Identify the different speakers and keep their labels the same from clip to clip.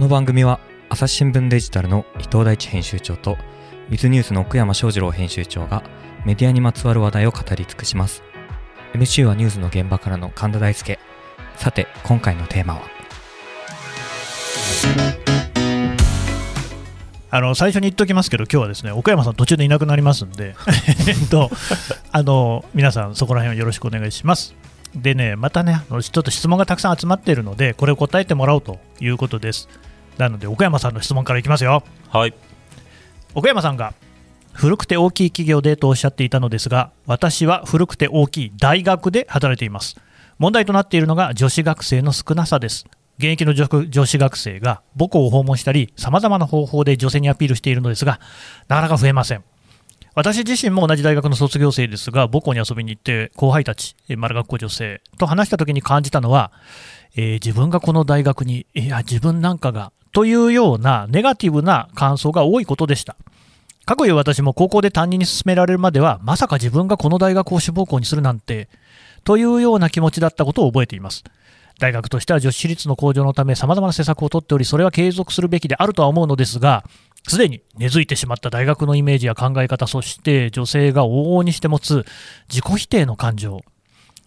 Speaker 1: の番組は朝日新聞デジタルの伊藤大地編集長とウィズニュースの奥山翔二郎編集長がメディアにまつわる話題を語り尽くします MC はニュースの現場からの神田大輔さて今回のテーマは
Speaker 2: あの最初に言っておきますけど、今日はですね岡山さん、途中でいなくなりますん で、えっと、あの皆さん、そこら辺をよろしくお願いします。でね、またね、あのちょっと質問がたくさん集まっているので、これを答えてもらおうということです。なので、岡山さんの質問からいきますよ。
Speaker 3: はい。
Speaker 2: 岡山さんが古くて大きい企業でとおっしゃっていたのですが私は古くて大きい大学で働いています問題となっているのが女子学生の少なさです現役の女女子学生が母校を訪問したりさまざまな方法で女性にアピールしているのですがなかなか増えません私自身も同じ大学の卒業生ですが母校に遊びに行って後輩たちえー丸学校女性と話した時に感じたのは、えー自分がこの大学にいや自分なんかがというようなネガティブな感想が多いことでしたかくいう私も高校で担任に勧められるまではまさか自分がこの大学を志望校にするなんてというような気持ちだったことを覚えています大学としては女子比率の向上のためさまざまな施策を取っておりそれは継続するべきであるとは思うのですがすでに根付いてしまった大学のイメージや考え方そして女性が往々にして持つ自己否定の感情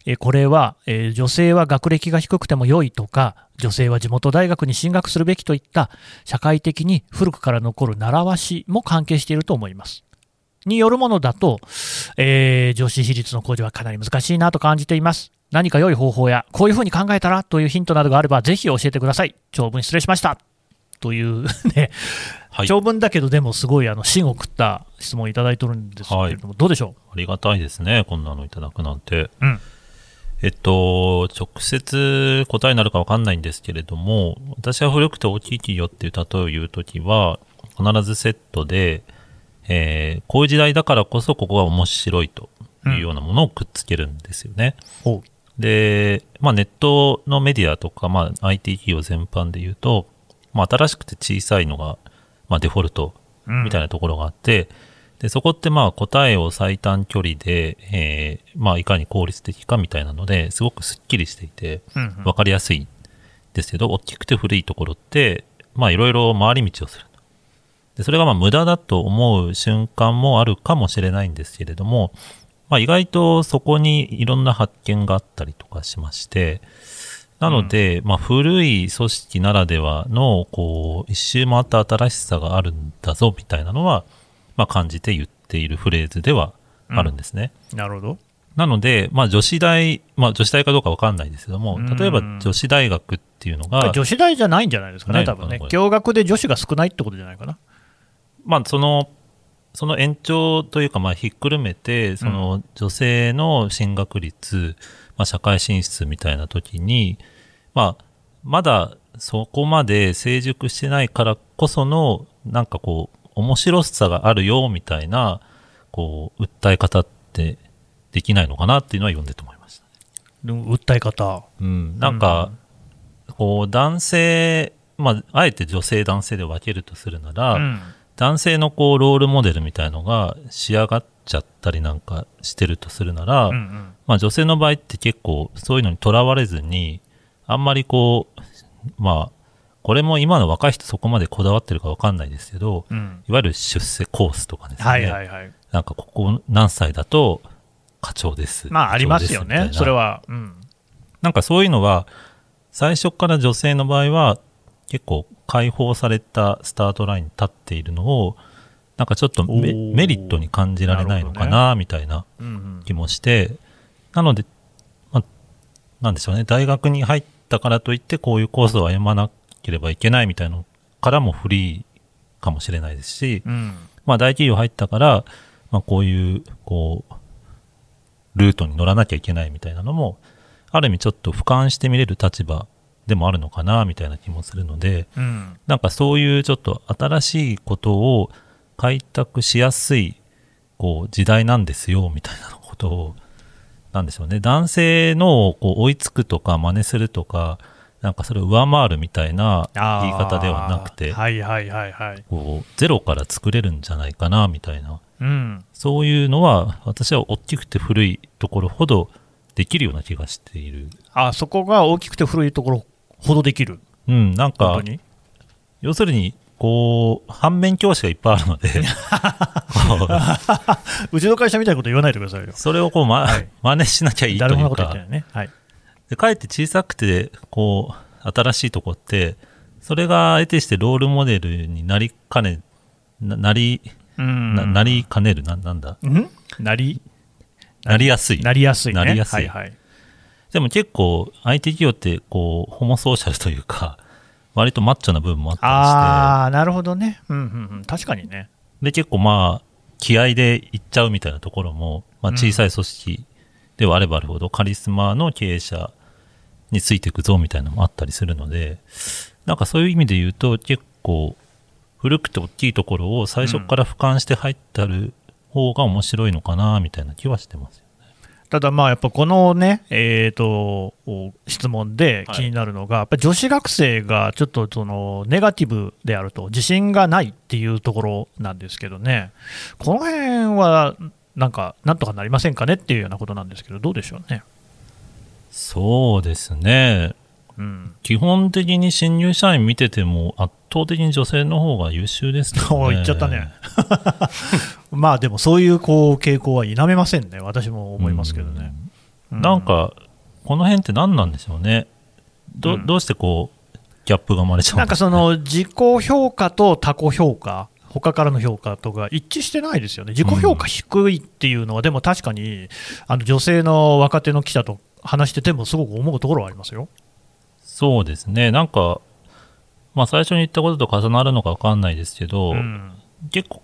Speaker 2: えーこれは、えー女性は学歴が低くても良いとか女性は地元大学に進学するべきといった社会的に古くから残る習わしも関係していると思います。によるものだと、えー女子比率の向上はかなり難しいなと感じています。何か良い方法やこういうふうに考えたらというヒントなどがあればぜひ教えてください。長文失礼しました。という ね、
Speaker 3: はい。あ
Speaker 2: 長文だけどでもすごいあの芯を食った質問をいただいてるんですけれども、どうでしょ
Speaker 3: りがたいですね。こんなのいただくなんて。
Speaker 2: う、うん、
Speaker 3: えっと、直接答えになるかわかんないんですけれども、私は古くて大きい企業っていう例えを言うときは、必ずセットで、えー、こういう時代だからこそここが面白いというようなものをくっつけるんですよね。
Speaker 2: ほ
Speaker 3: で、まあ、ネットのメディアとか、まあ、IT 企業全般で言うと、まあ、新しくて小さいのが、まあ、デフォルト
Speaker 2: う、うん
Speaker 3: みたいなところがあって、で、そこってまあ答えを最短距離で、えーまあいかに効率的かみたいなので、すごくスッキリしていて、
Speaker 2: うんうん
Speaker 3: わかりやすいんですけど、大きくて古いところって、まあいろいろ回り道をする。で、それがまあ無駄だと思う瞬間もあるかもしれないんですけれども、まあ意外とそこにいろんな発見があったりとかしまして、なので、まあ古い組織ならではの、こう、一周回った新しさがあるんだぞみたいなのは、まあ感じて言っているフレーズではあるんですね。
Speaker 2: なるほど。
Speaker 3: なので、まあ女子大、まあ女子大かどうかわかんないですけども
Speaker 2: うん、
Speaker 3: 例えば女子大学っていうのが、
Speaker 2: 女子大じゃないんじゃないですか
Speaker 3: な
Speaker 2: ね、
Speaker 3: い
Speaker 2: 多
Speaker 3: のかな
Speaker 2: 分ね
Speaker 3: こ。れ
Speaker 2: 共学で女子が少ないってことじゃないかな。
Speaker 3: まあその、その延長というか、まあひっくるめて、その女性の進学率、まあ社会進出みたいな時に、まあまだそこまで成熟してないからこその、なんかこう、面白さがあるよみたいな、こう、訴え方ってできないのかなっていうのは読んでて思いました。
Speaker 2: でも訴え方。
Speaker 3: うん、なんか、こう、男性、まあ、あえて女性男性で分けるとするなら、
Speaker 2: うん
Speaker 3: 男性のこう、ロールモデルみたいのが仕上がっちゃったりなんかしてるとするなら、
Speaker 2: うんうん
Speaker 3: まあ、女性の場合って結構、そういうのにとらわれずに、あんまりこう、まあ、これも今の若い人そこまでこだわってるかわかんないですけど、
Speaker 2: うん
Speaker 3: いわゆる出世コースとかですね。
Speaker 2: はいはいはい。
Speaker 3: なんか、ここ何歳だと、課長です。
Speaker 2: まあ、ありますよ
Speaker 3: 課長ですみたい
Speaker 2: ね、
Speaker 3: な
Speaker 2: それは。うん
Speaker 3: なんかそういうのは、最初から女性の場合は、結構解放されたスタートラインに立っているのを、なんかちょっとメ
Speaker 2: おー
Speaker 3: メリットに感じられないのかな、みたいな
Speaker 2: うんうん
Speaker 3: 気もして、なので、まあ、なんでしょうね、大学に入ったからといって、こういうコースを歩まなければいけないみたいなのからもフリーかもしれないですし、
Speaker 2: うん
Speaker 3: まあ、大企業入ったから、まあ、こういう、こう、ルートに乗らなきゃいけないみたいなのも、ある意味ちょっと俯瞰して見れる立場でもあるのかな、みたいな気もするので、
Speaker 2: うん
Speaker 3: なんかそういうちょっと新しいことを開拓しやすい、こう、時代なんですよ、みたいなことを、なんでしょうね。男性のこう追いつくとか真似するとか、なんかそれを上回るみたいな言
Speaker 2: あー
Speaker 3: い方ではなくて、
Speaker 2: はいはいはいはい。
Speaker 3: こう、ゼロから作れるんじゃないかな、みたいな。
Speaker 2: うん
Speaker 3: そういうのは、私は大きくて古いところほどできるような気がしている。
Speaker 2: あそこが大きくて古いところほどできる、
Speaker 3: うん、なん
Speaker 2: 本当
Speaker 3: か、
Speaker 2: に。
Speaker 3: 要するに、こう、反面教師がいっぱいある ので、こう
Speaker 2: うちの会社みたいなこと言わないでくださいよ。
Speaker 3: それをこう、ま、
Speaker 2: はい
Speaker 3: 真似しなきゃいいと
Speaker 2: 誰も
Speaker 3: い
Speaker 2: な
Speaker 3: う
Speaker 2: こと言ってな
Speaker 3: か、
Speaker 2: いね。はい。
Speaker 3: でかえって小さくて、こう、新しいとこって、それが得てしてロールモデルになりかね、ななり、
Speaker 2: うん
Speaker 3: ななりかねる、ななんだ、
Speaker 2: うんなり、
Speaker 3: なりやすい。
Speaker 2: なりやすいね。
Speaker 3: なりやすい
Speaker 2: はいはい。
Speaker 3: でも結構 IT 企業ってこうホモソーシャルというか 割とマッチョな部分もあったりし
Speaker 2: ああ、なるほどね。うんうんうん。確かにね。
Speaker 3: てで結構まあ気合でいっちゃうみたいなところも、まあ、
Speaker 2: うん
Speaker 3: 小さい組織ではあればあるほどカリスマの経営者についていくぞみたいなのもあったりするのでなんかそういう意味で言うと結構古くて大きいところを最初から俯瞰して入ってる方が面白いのかなみたいな気はしてますよ
Speaker 2: ただまあやっぱこのね、えー、とお質問で気になるのが、やっぱり女子学生がちょっとそのネガティブであると自信がないっていうところなんですけどねこの辺はなんかなんとかなりませんかねっていうようなことなんですけどどうでしょうね。
Speaker 3: そうですね
Speaker 2: うん、
Speaker 3: 基本的に新入社員見てても圧倒的に女性の方が優秀ですね
Speaker 2: おー言っちゃったね。まあでもそういうこう傾向は否めませんね私も思いますけどね。う
Speaker 3: なんかこの辺って何なんでしょうねど,、
Speaker 2: うん
Speaker 3: どうしてこうギャップが生まれちゃうん
Speaker 2: なんか
Speaker 3: です
Speaker 2: そ
Speaker 3: かね
Speaker 2: の自己評価と他己評価、他からの評価とか一致してないですよね、自己評価低いっていうのは、でも確かにあの女性の若手の記者と話してても、すごく思うところはありますよ。
Speaker 3: そうですねなんかまあ最初に言ったことと重なるのか分かんないですけど、
Speaker 2: うん
Speaker 3: 結構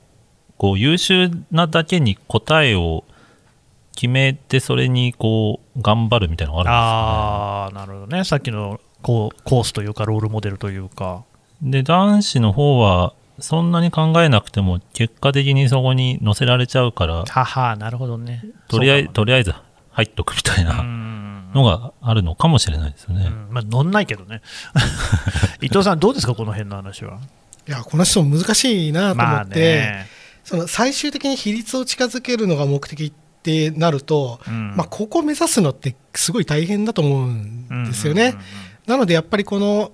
Speaker 3: こう優秀なだけに答えを決めてそれにこう頑張るみたいなのがあるんです
Speaker 2: あ
Speaker 3: よね
Speaker 2: ーなるほどね、さっきのこうコースというか、ロールモデルというか、
Speaker 3: で男子の方はそんなに考えなくても結果的にそこに乗せられちゃうから
Speaker 2: はは、なるほどね。
Speaker 3: とりあえず
Speaker 2: そうか
Speaker 3: とりあえず入っとくみたい
Speaker 2: もう
Speaker 3: なんのがあるのかもしれないですよね。
Speaker 2: うんまあ、乗んないけどね、伊藤さん、どうですか、この辺の話は。
Speaker 4: いやこの人難しいなと思
Speaker 2: まあ
Speaker 4: って、
Speaker 2: ね、
Speaker 4: その最終的に比率を近づけるのが目的ってなると、
Speaker 2: うん
Speaker 4: まあ、ここを目指すのってすごい大変だと思うんですよね。
Speaker 2: うんうんうんうん
Speaker 4: なのでやっぱりこの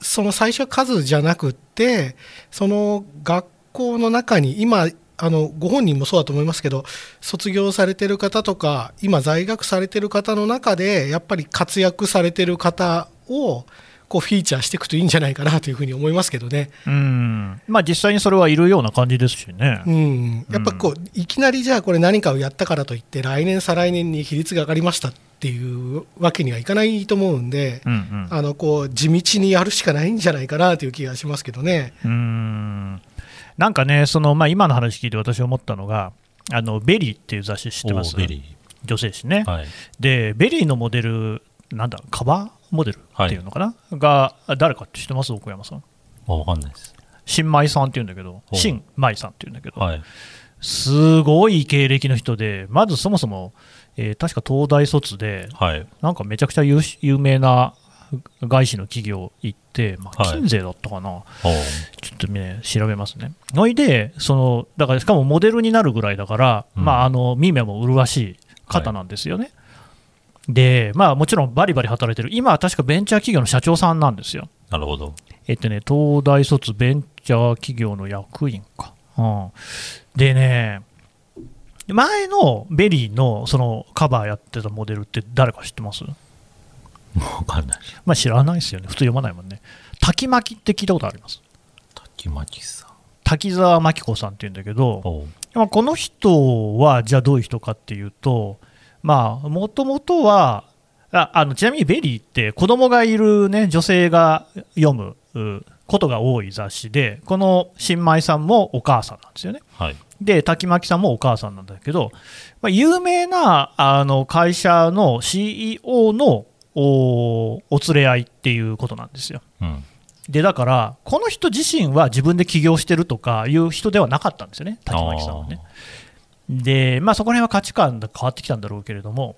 Speaker 4: その最初は数じゃなくってその学校の中に今あのご本人もそうだと思いますけど卒業されてる方とか今在学されてる方の中でやっぱり活躍されてる方をこうフィーチャーしていくといいんじゃないかなというふうに思いますけどね。
Speaker 2: うん、まあ実際にそれはいるような感じですしね。
Speaker 4: うん、やっぱこういきなりじゃあこれ何かをやったからといって来年再来年に比率が上がりましたっていうわけにはいかないと思うんで、
Speaker 2: うんうん
Speaker 4: あのこう地道にやるしかないんじゃないかなという気がしますけどね。
Speaker 2: うんなんかね、そのまあ、今の話聞いて私思ったのが、あのベリーっていう雑誌知ってます
Speaker 3: おーベリ
Speaker 2: 女性誌ね、
Speaker 3: ー、はい、
Speaker 2: で、ベリーのモデル、なんだ、カバーモデルっていうのかな、が誰かって知ってます、奥山さん。
Speaker 3: あわかんないです。
Speaker 2: 新米さんっていうんだけど、
Speaker 3: お
Speaker 2: 新米さんっていうんだけど、
Speaker 3: はい、
Speaker 2: すごい経歴の人で、まずそもそも、えー確か東大卒で、
Speaker 3: はい、
Speaker 2: なんかめちゃくちゃ有し有名な外資の企業行って、まあ、
Speaker 3: はい
Speaker 2: 金税だったかな、
Speaker 3: おー
Speaker 2: ちょっとね、調べますね。ほいで、そのだからしかもモデルになるぐらいだから、
Speaker 3: うん
Speaker 2: まあ、あの見目も麗しい方なんですよね。で、まあ、もちろんバリバリ働いてる、今は確かベンチャー企業の社長さんなんですよ。
Speaker 3: なるほど。
Speaker 2: えっとね、東大卒ベンチャー企業の役員か。うん、でね、前のベリーのそのカバーやってたモデルって誰か知ってます
Speaker 3: わかんない。
Speaker 2: まあ知らないですよね。普通読まないもんね。滝巻って聞いたことあります。
Speaker 3: 滝巻さん。
Speaker 2: 滝沢真紀子さんっていうんだけど、
Speaker 3: おー
Speaker 2: まあ、この人はじゃあどういう人かっていうと、まあ、もともとは、ああのちなみにベリーって子供がいる、ね、女性が読むうことが多い雑誌で、この新米さんもお母さんなんですよね。
Speaker 3: はい、
Speaker 2: で、滝巻さんもお母さんなんだけど、まあ、有名なあの会社の CEO のおお連れ合いっていうことなんですよ。
Speaker 3: うん、
Speaker 2: でだから、この人自身は自分で起業してるとかいう人ではなかったんですよね、滝巻さんはね。で、まあ、そこら辺は価値観が変わってきたんだろうけれども、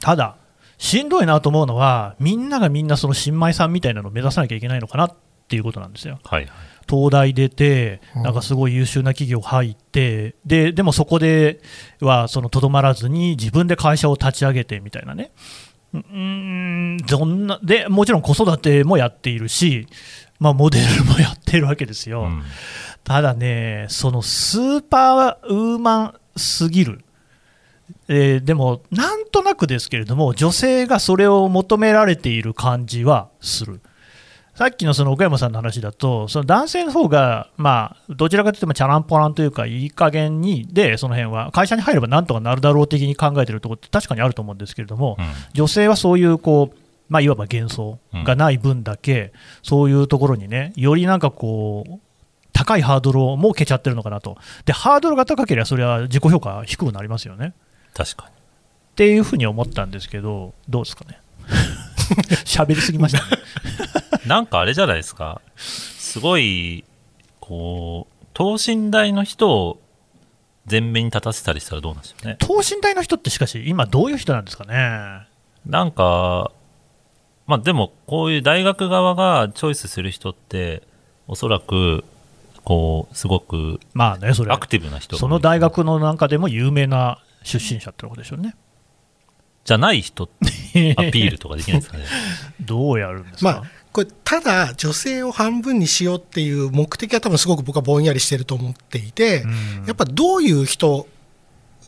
Speaker 2: ただ、しんどいなと思うのは、みんながみんなその新米さんみたいなのを目指さなきゃいけないのかなっていうことなんですよ。
Speaker 3: あーはい、はい、
Speaker 2: 東大出て、
Speaker 4: うん
Speaker 2: なんかすごい優秀な企業入って、ででもそこではそのとどまらずに、自分で会社を立ち上げてみたいなね、うーんどんなでもちろん子育てもやっているし、まあ、モデルもやってるわけですよ、
Speaker 3: うん
Speaker 2: ただね、そのスーパーウーマンすぎる、えーでも、なんとなくですけれども、女性がそれを求められている感じはする。さっきのその奥山さんの話だと、その男性の方がまあどちらかというとまあチャランポランというか、いい加減に、で、その辺は会社に入ればなんとかなるだろう的に考えてるところって確かにあると思うんですけれども、
Speaker 3: うん
Speaker 2: 女性はそういうこう、まあ、いわば幻想がない分だけ、そういうところにね、よりなんかこう、高いハードルを設けちゃってるのかなと、でハードルが高ければ、それは自己評価低くなりますよね。
Speaker 3: 確かに。
Speaker 2: っていうふうに思ったんですけど、どうですかね。喋りすぎましたね。
Speaker 3: なんかあれじゃないですか。すごい、こう、等身大の人を前面に立たせたりしたらどうなんでしょうね。
Speaker 2: 等身大の人ってしかし、今どういう人なんですかね。
Speaker 3: なんか、まあでも、こういう大学側がチョイスする人って、おそらく、こう、すごく
Speaker 2: まあね、それ
Speaker 3: アクティブな人が多い
Speaker 2: その大学のなんかでも有名な出身者ってことでしょうね。
Speaker 3: じゃない人ってアピールとかできないです かね。
Speaker 2: どうやるんですか、
Speaker 4: まあ、これただ女性を半分にしようっていう目的は多分すごく僕はぼんやりしてると思っていて、
Speaker 2: うん
Speaker 4: やっぱどういう人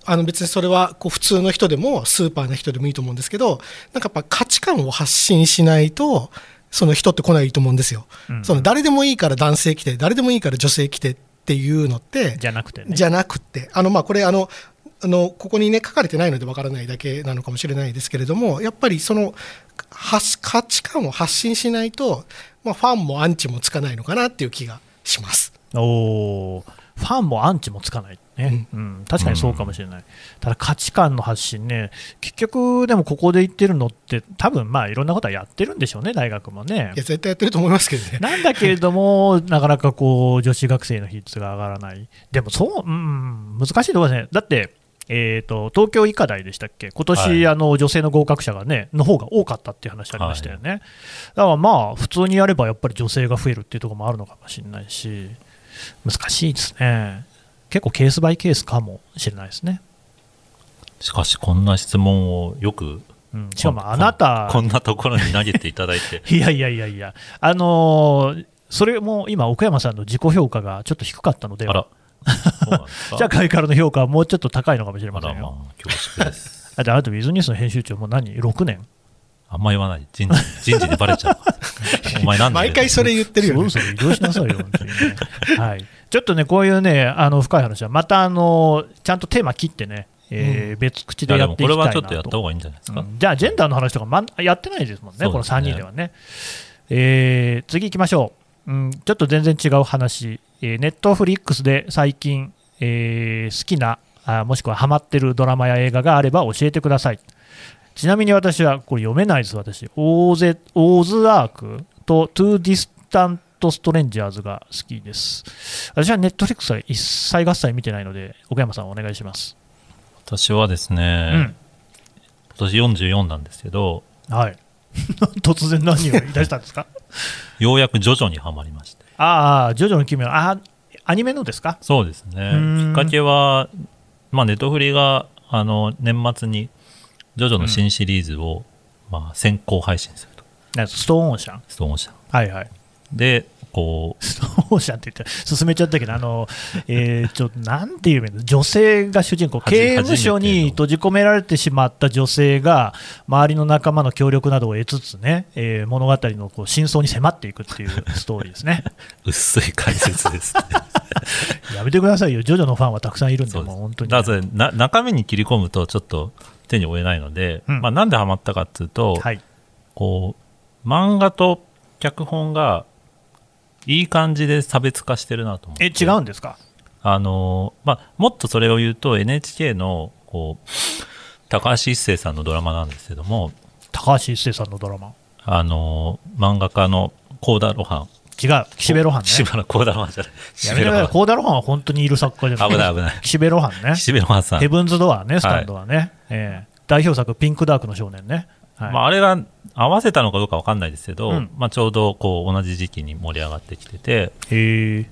Speaker 4: あの別にそれはこう普通の人でもスーパーな人でもいいと思うんですけどなんかやっぱ価値観を発信しないとその人って来ないと思うんですよ。
Speaker 2: うん
Speaker 4: その誰でもいいから男性来て誰でもいいから女性来てっていうのって
Speaker 2: じゃなくてね。
Speaker 4: じゃなくって、あのまあこれあのあの、ここにね、書かれてないのでわからないだけなのかもしれないですけれども、やっぱりその発価値観を発信しないと、まあ、ファンもアンチもつかないのかなっていう気がします。
Speaker 2: おーファンもアンチもつかないね、うん確かにそうかもしれない、ただ価値観の発信ね、結局、でもここで言ってるのって、多分まあいろんなことはやってるんでしょうね、大学もね
Speaker 4: いや、。絶対やってると思いますけどね。
Speaker 2: なんだけれども、なかなかこう女子学生の比率が上がらない、でもそう、うん、難しいところですね、だって、えー、と東京医科大でしたっけ、今年、
Speaker 3: はい
Speaker 2: あの女性の合格者がね、の方が多かったっていう話ありましたよね、だからまあ、普通にやればやっぱり女性が増えるっていうところもあるのかもしれないし、難しいですね、結構ケースバイケースかもしれないですね。
Speaker 3: しかし、こんな質問をよく、
Speaker 2: うん、しかもあなた。
Speaker 3: こんなところに投げていただいて
Speaker 2: いやいやいやいや、あのーそれも今、奥山さんの自己評価がちょっと低かったので
Speaker 3: あら。 そうなんですか
Speaker 2: 社会からの評価はもうちょっと高いのかもしれ
Speaker 3: あ
Speaker 2: ませ
Speaker 3: ら、
Speaker 2: んよ。
Speaker 3: まあ、恐縮です。
Speaker 2: だってあなた、ウィズニュースの編集長、もう何、6年
Speaker 3: あんま言わない。人事、人事でバレち ゃうから。お前なんで
Speaker 4: 毎回それ言ってる
Speaker 2: そ
Speaker 4: よ
Speaker 2: ろ
Speaker 4: ね。
Speaker 2: そろ移動しなさいよ、本当にねはい、ちょっとね、こういうね、あの深い話は、またあのちゃんとテーマ切ってね、えー別口
Speaker 3: い
Speaker 2: で
Speaker 3: やで
Speaker 2: やっ
Speaker 3: も
Speaker 2: てい
Speaker 3: こ
Speaker 2: きたいな
Speaker 3: れ
Speaker 2: と
Speaker 3: はちょっとやった方がいいんじゃないですか。
Speaker 2: うんじゃあ、ジェンダーの話とか、まん、やってないですもんね、
Speaker 3: そうですね
Speaker 2: この3人ではね。えー次行きましょう、うん、ちょっと全然違う話、えネットフリックスで最近、えー好きなあ、もしくはハマってるドラマや映画があれば教えてください。ちなみに私は、これ読めないです、私、オーゼオーズアークとトゥーディスタントストレンジャーズが好きです。私はネットフリックスは一切合切見てないので、岡山さん、お願いします。
Speaker 3: 私はですね、今年44なんですけど、
Speaker 2: うん、はい 突然何を言い出したんですか
Speaker 3: ようやく徐々にはまりました。
Speaker 2: ああ、ジョジョの奇妙な、あーアニメのですか
Speaker 3: そうですね
Speaker 2: う。ん
Speaker 3: きっかけは、まあ、ネトフリが、あの、年末に、ジョジョの新シリーズを、まあ、先行配信すると。
Speaker 2: なんかストーンオーシャン。
Speaker 3: ストーンオーシャン。
Speaker 2: はいはい。
Speaker 3: で、こ
Speaker 2: ストーンオーシャンって言って、進めちゃったけど、あの、 えー、ちょっと、なんていう名の女性が主人公、
Speaker 3: はじ
Speaker 2: 刑務所に閉じ込められてしまった女性が、周りの仲間の協力などを得つつね、えー物語のこう真相に迫っていくっていうストーリーです ね。
Speaker 3: う、薄い解説ですね。
Speaker 2: やめてくださいよ、ジョジョのファンはたくさんい るんで、
Speaker 3: そうで
Speaker 2: もう
Speaker 3: す
Speaker 2: 本当に。
Speaker 3: だからそれな中身に切り込むと、ちょっと手に負えないので、
Speaker 2: うん
Speaker 3: まあ、なんでハマったかっていうと、
Speaker 2: はい。
Speaker 3: こう、漫画と脚本が、いい感じで差別化してるなと思って。
Speaker 2: え、違うんですか
Speaker 3: あのーまあ、もっとそれを言うと NHK のこう高橋一生さんのドラマなんですけども、
Speaker 2: 高橋一生さんのドラマ。
Speaker 3: あのー漫画家の幸田露伴
Speaker 2: 違う、岸辺露伴ね。
Speaker 3: 岸辺露幸田露伴じゃない岸
Speaker 2: やめてく
Speaker 3: 辺露
Speaker 2: ださい。
Speaker 3: 伴
Speaker 2: コーダ露伴は本当にいる作家じゃない
Speaker 3: 危ない 危ない
Speaker 2: 岸辺露伴ね。
Speaker 3: 岸辺露伴さん
Speaker 2: ヘ、ブンズ・ドアーね、スタンドはね。ええ代表作、ピンク・ダークの少年ね。はい
Speaker 3: まあ、あれが合わせたのかどうかわかんないですけど、
Speaker 2: うん
Speaker 3: まあ、ちょうどこう同じ時期に盛り上がってきてて
Speaker 2: へえ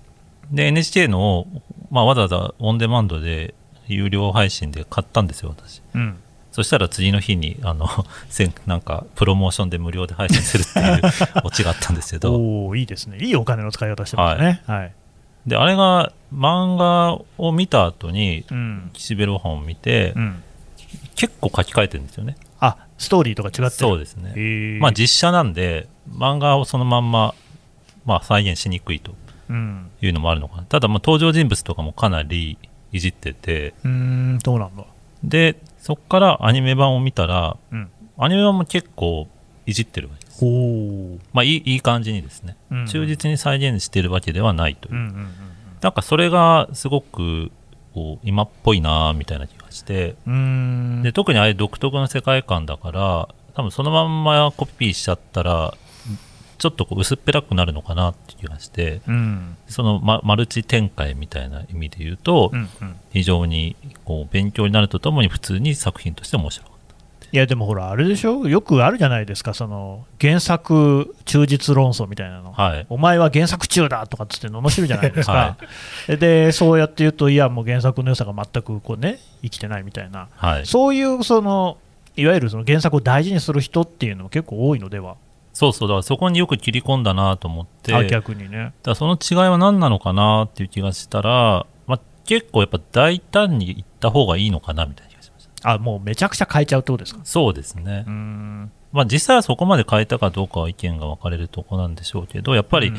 Speaker 3: で NHK のを、まあ、わざわざオンデマンドで有料配信で買ったんですよ私
Speaker 2: うん。
Speaker 3: そしたら次の日にあの せんなんかプロモーションで無料で配信するっ ていうオチがあったんですけど
Speaker 2: おおいいですねいいお金の使い方してますねはい、
Speaker 3: であれが漫画を見た後に
Speaker 2: うん、
Speaker 3: 岸辺露伴を見て、
Speaker 2: うん、
Speaker 3: 結構書き換えてるんですよね
Speaker 2: あストーリーとか違ってる
Speaker 3: そうです
Speaker 2: へ
Speaker 3: ね、
Speaker 2: ー
Speaker 3: まあ、実写なんで漫画をそのまんま、まあ、再現しにくいと
Speaker 2: うん
Speaker 3: いうのもあるのかなただまあ登場人物とかもかなりいじってて
Speaker 2: うーんどうなんだ
Speaker 3: でそこからアニメ版を見たら
Speaker 2: うん
Speaker 3: アニメ版も結構いじってるわけです
Speaker 2: おお
Speaker 3: まあいいいい感じにですね
Speaker 2: うん
Speaker 3: 忠実に再現してるわけではないという、
Speaker 2: うんうんうん
Speaker 3: なんかそれがすごくこう今っぽいなみたいな気がして
Speaker 2: うんうーん
Speaker 3: で特にああいう独特の世界観だから多分そのまんまコピーしちゃったらちょっとこう薄っぺらくなるのかなって気がして
Speaker 2: うん
Speaker 3: そのママルチ展開みたいな意味で言うと、
Speaker 2: うんうん
Speaker 3: 非常にこう勉強になるとともに普通に作品として面白かっ
Speaker 2: いやでもほらあれでしょよくあるじゃないですかその原作忠実論争みたいなの
Speaker 3: た。はい。
Speaker 2: お前は原作中だとかっつって罵るじゃないですか、
Speaker 3: は
Speaker 2: でそうやって言うといやもう原作の良さが全くこうね生きてないみたいな
Speaker 3: はい。
Speaker 2: そういうそのいわゆるその原作を大事にする人っていうのも結構多いのでは、
Speaker 3: そうそう。だからそこによく切り込んだなと思って、
Speaker 2: あ
Speaker 3: だか
Speaker 2: 逆にね。
Speaker 3: らその違いは何なのかなっていう気がしたら、まあ、結構やっぱ大胆に行った方がいいのかなみたいな気がしました。
Speaker 2: あもうめちゃくちゃ変えちゃうってことですか。
Speaker 3: そうですね
Speaker 2: うー。ん
Speaker 3: まあ実際はそこまで変えたかどうかは意見が分かれるとこなんでしょうけど、やっぱり
Speaker 2: うん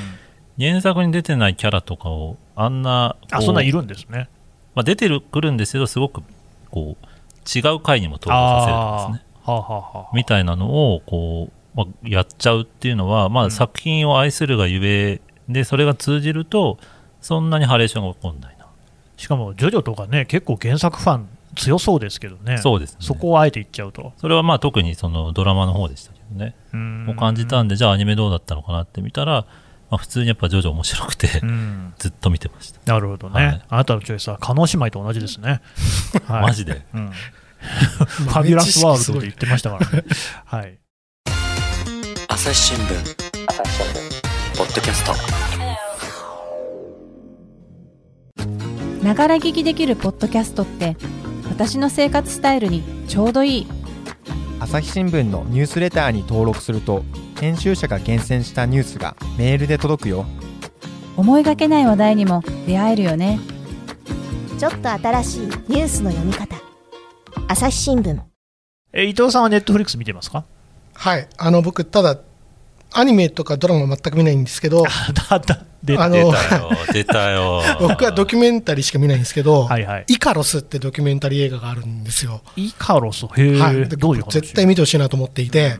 Speaker 3: 原作に出てないキャラとかをあんな、こ
Speaker 2: あ
Speaker 3: う
Speaker 2: そんなんいるんですね。
Speaker 3: まあ出てるくるんですけど、すごくこう、違う回にも登場させるとですね。
Speaker 2: あーはあはあはあ
Speaker 3: みたいなのをこう、まあ、やっちゃうっていうのは、ま
Speaker 2: う
Speaker 3: あ、
Speaker 2: ん
Speaker 3: 作品を愛するがゆえでそれが通じるとそんなにハレーションが起こんないな、
Speaker 2: しかもジョジョとかね結構原作ファン強そうですけどね。
Speaker 3: そうですね
Speaker 2: そこをあえて言っちゃうと。
Speaker 3: それはまあ特にそのドラマの方でしたけどね、
Speaker 2: うーん
Speaker 3: を感じたんでじゃあアニメどうだったのかなって見たら、まあ、普通にやっぱ徐々面白くて、
Speaker 2: うん
Speaker 3: ずっと見てました、
Speaker 2: なるほどね、
Speaker 3: はい
Speaker 2: あなたのチョイスは叶姉妹と同じですね。はい
Speaker 3: マジで
Speaker 2: うん、ファビュラスワールドって言ってましたからね。はい、
Speaker 5: 朝日新聞ポッドキャスト
Speaker 6: ながら聞きできるポッドキャストって私の生活スタイルにちょうどいい
Speaker 7: 朝日新聞のニュースレターに登録すると編集者が厳選したニュースがメールで届くよ
Speaker 6: 思いがけない話題にも出会えるよね
Speaker 8: ちょっと新しいニュースの読み方朝日新聞
Speaker 2: え伊藤さんはネットフリックス見てますか
Speaker 4: はいあの僕ただアニメとかドラマ全く見ないんですけど
Speaker 2: だだで
Speaker 4: あ
Speaker 3: 出
Speaker 4: の
Speaker 3: たよ出たよ
Speaker 4: 僕はドキュメンタリーしか見ないんですけど、
Speaker 2: はいはい。
Speaker 4: イカロスってドキュメンタリー映画があるんですよ。
Speaker 2: イカロス、へえ、
Speaker 4: はい、で
Speaker 2: どういう話
Speaker 4: 絶対見てほしいなと思っていて、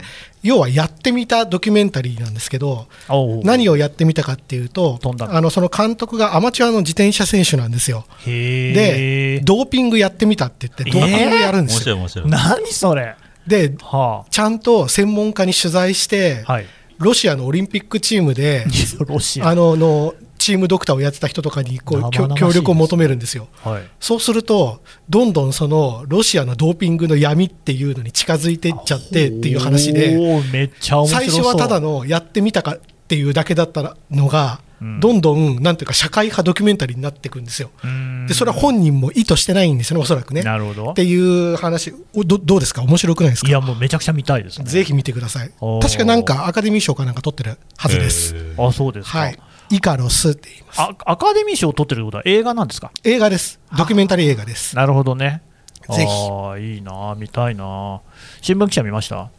Speaker 4: 要はやってみたドキュメンタリーなんですけど、
Speaker 2: おう
Speaker 4: 何をやってみたかっていうと
Speaker 2: 飛んだ、の
Speaker 4: あのその監督がアマチュアの自転車選手なんですよ。
Speaker 2: へ
Speaker 4: で
Speaker 2: え、、
Speaker 4: ドーピングやってみたって言って、ドーピングやるん
Speaker 3: 面
Speaker 4: ですよ。
Speaker 3: 白い面白い
Speaker 2: 何それ、
Speaker 4: で、
Speaker 2: は
Speaker 4: ちゃんと専門家に取材して、
Speaker 2: あ、はい、
Speaker 4: ロシアのオリンピックチー ムで、
Speaker 2: ロシア、
Speaker 4: あののチームドクターをやってた人とかにこう
Speaker 2: 生
Speaker 4: きょ
Speaker 2: 々しい
Speaker 4: 協力を求めるんですよ。
Speaker 2: はい、
Speaker 4: そうすると、どんどんそのロシアのドーピングの闇っていうのに近づいていっちゃってっていう話で、
Speaker 2: おーめっちゃ面白
Speaker 4: 最
Speaker 2: そ
Speaker 4: 初
Speaker 2: う
Speaker 4: はただのやってみたかっていうだけだったのが、どんどんなんていうか、社会派ドキュメンタリーになっていくんですよ。
Speaker 2: の
Speaker 4: で、それは本人も意図してないんですよね、おそらくね。
Speaker 2: なるほど
Speaker 4: っていう話、おどどうですか、面白くないです
Speaker 2: い
Speaker 4: か、
Speaker 2: や、もうめちゃくちゃ見たいですね、
Speaker 4: ぜひ見てください
Speaker 2: お。ー
Speaker 4: 確かなんかアカデミー賞かなんか取ってるはずです。
Speaker 3: えー
Speaker 2: あそうですか、
Speaker 4: はい、イカロスって言います。
Speaker 2: あ、アカデミー賞を取ってるってことは映画なんですか、
Speaker 4: 映画です、ドキュメンタリー映画です。
Speaker 2: なるほどね、
Speaker 4: ぜひ
Speaker 2: あーいいな、見たいな、新聞記者見ました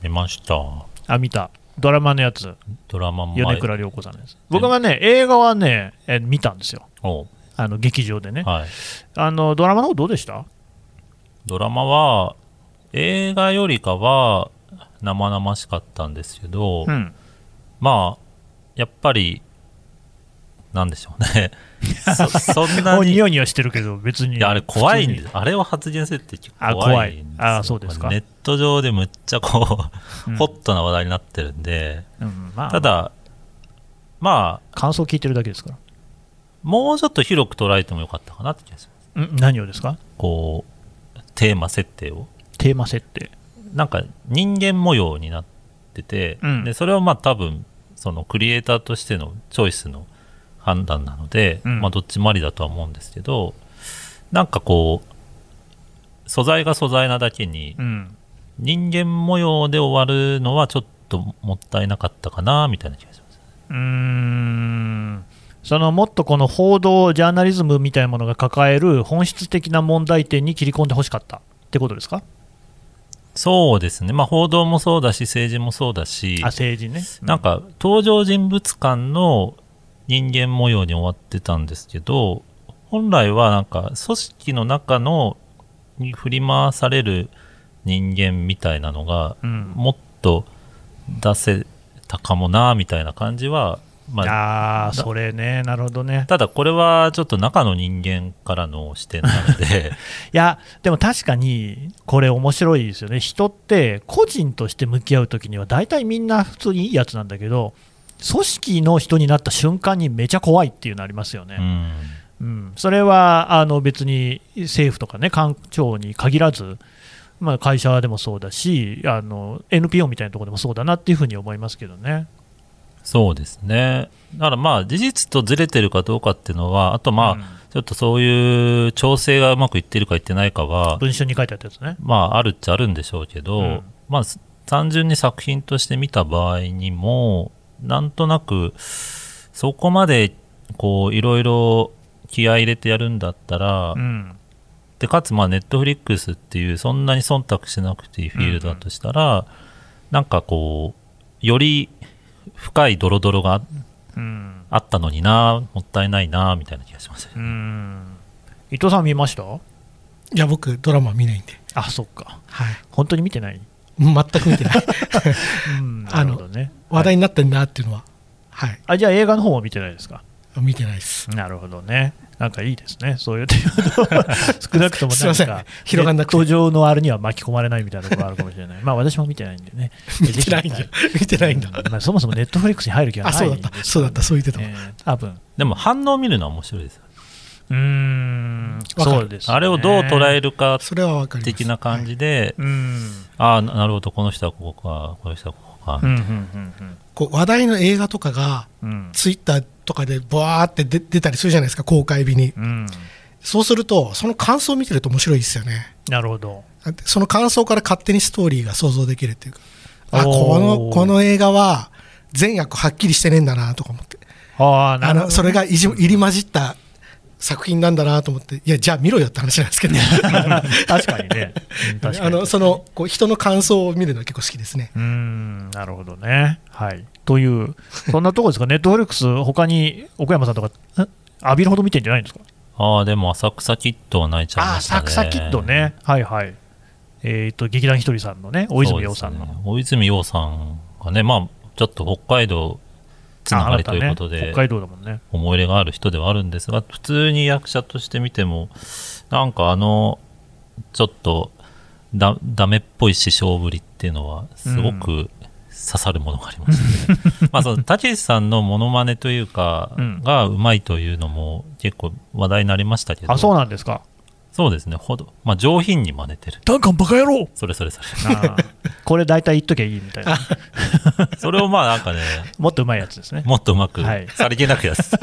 Speaker 3: 見ました
Speaker 2: あ、見た、ドラマのやつ、
Speaker 3: ドラマも
Speaker 2: 米倉涼子さんです、僕はね、映画はね、え見たんですよ、
Speaker 3: おう
Speaker 2: あの劇場でね、
Speaker 3: はい
Speaker 2: あのドラマの方どうでした
Speaker 3: ドラマは映画よりかは生々しかったんですけど、
Speaker 2: うん、
Speaker 3: まあやっぱりなんでしょ うねそそんな
Speaker 2: もう
Speaker 3: に
Speaker 2: ニ
Speaker 3: い
Speaker 2: ヤニヤしてるけど、別に。
Speaker 3: やあれ怖いん
Speaker 2: 普
Speaker 3: で
Speaker 2: 通
Speaker 3: す
Speaker 2: に
Speaker 3: あれを発言するって結
Speaker 2: あ
Speaker 3: 構
Speaker 2: 怖
Speaker 3: 怖
Speaker 2: い
Speaker 3: いんですよ
Speaker 2: あそうですか
Speaker 3: ネット上でむっちゃこう、
Speaker 2: うん
Speaker 3: ホットな話題になってるんで
Speaker 2: うんまあ、
Speaker 3: ただまあ
Speaker 2: 感想聞いてるだけですから。
Speaker 3: もうちょっと広く捉えてもよかったかなって気がします
Speaker 2: ん何をですか
Speaker 3: こうテーマ設定を
Speaker 2: テーマ設定。
Speaker 3: なんか人間模様になってて、
Speaker 2: うん
Speaker 3: でそれはまあ多分そのクリエイターとしてのチョイスの判断なので、
Speaker 2: うん
Speaker 3: まあどっちもありだとは思うんですけどなんかこう素材が素材なだけに、
Speaker 2: うん、
Speaker 3: 人間模様で終わるのはちょっともったいなかったかなみたいな気がします
Speaker 2: うーんそのもっとこの報道、ジャーナリズムみたいなものが抱える本質的な問題点に切り込んでほしかったってことですか、
Speaker 3: そうですねまあ報道もそうだし政治もそうだし
Speaker 2: あ政治ね。
Speaker 3: なんか登場人物間の人間模様に終わってたんですけど本来はなんか組織の中のに振り回される人間みたいなのが
Speaker 2: うん
Speaker 3: もっと出せたかもなみたいな感じは、まあ、
Speaker 2: ああ、それね、なるほどね。
Speaker 3: ただこれはちょっと中の人間からの視点なので
Speaker 2: いや、でも確かに、これ、面白いですよね、人って、個人として向き合うときには、大体みんな普通にいいやつなんだけど、組織の人になった瞬間にめちゃ怖いっていうのありますよね。
Speaker 3: うん
Speaker 2: うん、それはあの別に政府とかね、官庁に限らず、まあ、会社でもそうだしあの、NPO みたいなところでもそうだなっていうふうに思いますけどね。
Speaker 3: そうですねだからまあ事実とずれてるかどうかっていうのはあとまあ、
Speaker 2: うん
Speaker 3: ちょっとそういう調整がうまくいってるかいってないかは、
Speaker 2: 文春に書いてあったやつね。
Speaker 3: まあ、あるっちゃあるんでしょうけど、
Speaker 2: うん
Speaker 3: まあ、す単純に作品として見た場合にも、なんとなく、そこまで、こう、いろいろ気合い入れてやるんだったら、
Speaker 2: うん、
Speaker 3: で、かつ、まあ、ネットフリックスっていう、そんなに忖度しなくていいフィールドだとしたら、なんかこう、より深いドロドロがあ
Speaker 2: うん、
Speaker 3: あったのにな、もったいないな、みたいな気がします。
Speaker 2: うん。伊藤さん見ました
Speaker 4: いや僕ドラマ見ないんで、
Speaker 2: あ、そっか。
Speaker 4: はい、
Speaker 2: 本当に見てない、
Speaker 4: 全く見てない
Speaker 2: うん、な
Speaker 4: あ
Speaker 2: る
Speaker 4: の
Speaker 2: ほどね。
Speaker 4: 話題になってんなっていうのは、はい、
Speaker 2: あじゃあ映画の方は見てないですか
Speaker 4: 見てないです
Speaker 2: なるほどね。なんかいいですね。そういうと少なくとも
Speaker 4: すい
Speaker 2: なん
Speaker 4: ません
Speaker 2: か、
Speaker 4: 広がんなくて
Speaker 2: ネット上のあれには巻き込まれないみたいなところあるかもしれない。まあ私も見てないんでね。
Speaker 4: 見てないんだ見てないんだ、
Speaker 2: うんまあ、そもそもネットフリックスに入る気は
Speaker 4: あ
Speaker 2: な
Speaker 4: そ
Speaker 2: いん
Speaker 4: うだ
Speaker 2: です
Speaker 4: ったそうだったそう言ってたわ、
Speaker 2: ね多分
Speaker 3: でも、反応を見るのは面白いですよ。
Speaker 2: うーん
Speaker 4: わかる
Speaker 2: そうですね、
Speaker 3: あれをどう捉えるか
Speaker 4: それは分かります
Speaker 3: 的な感
Speaker 4: はい
Speaker 3: じで、
Speaker 2: うん
Speaker 3: ああ、ななるほど、この人はここか、この人はここか。
Speaker 2: うんうんうん
Speaker 4: こう話題の映画とかが
Speaker 2: うんうん
Speaker 4: ツイッターとかでバーって出出たりするじゃないですか公開日に
Speaker 2: うん
Speaker 4: そうするとその感想を見てると面白いですよね
Speaker 2: なるほど
Speaker 4: その感想から勝手にストーリーが想像できるっていうかあ
Speaker 2: おー
Speaker 4: このこの映画は善悪はっきりしてねえんだなとか思って
Speaker 2: ああな
Speaker 4: あ
Speaker 2: るほど
Speaker 4: のそれがいじ入り混じった作品なんだなと思っていやじゃあ見ろよって話なんですけど
Speaker 2: 確かにね、うん、確かに
Speaker 4: あのそのこう人の感想を見るのは結構好きですね
Speaker 2: うーんなるほどね。はい、という、そんなとこですか、ネッ トフリックス、他に奥山さんとか、え浴びるほど見てんじゃないんですか、
Speaker 3: ああ、でも、浅草キッドは泣いちゃい
Speaker 2: あ
Speaker 3: ま
Speaker 2: あ、
Speaker 3: したね。
Speaker 2: サクサキッドね、はいはい、えっ、と、劇団ひとりさんのね、
Speaker 3: そ
Speaker 2: 大
Speaker 3: うですね。
Speaker 2: 泉洋さんの、
Speaker 3: 大泉洋さんがね、まあ、ちょっと北海道つながり
Speaker 2: あ
Speaker 3: ということ
Speaker 2: あなたね
Speaker 3: で、
Speaker 2: 北海道だもんね、
Speaker 3: 思い入れがある人ではあるんですが、普通に役者として見ても、なんかあの、ちょっと、だ、ダメっぽい師匠ぶりっていうのは、すごく刺さるものがありましたね。 まあ、その、たけしさんのモノマネというか
Speaker 2: うん、
Speaker 3: がうまいというのも結構話題になりましたけど、
Speaker 2: あそうなんですか、
Speaker 3: そうですね、ほど、まあ、上品に真似てる。
Speaker 2: ダンカンバカ野郎
Speaker 3: それそれそれ。
Speaker 2: あ ーこれ、大体言っときゃいいみたいな、
Speaker 3: それをまあ、なんかね、
Speaker 2: もっとうまいやつです ね、
Speaker 3: もっとうまく
Speaker 2: はい、
Speaker 3: さりげなくやす。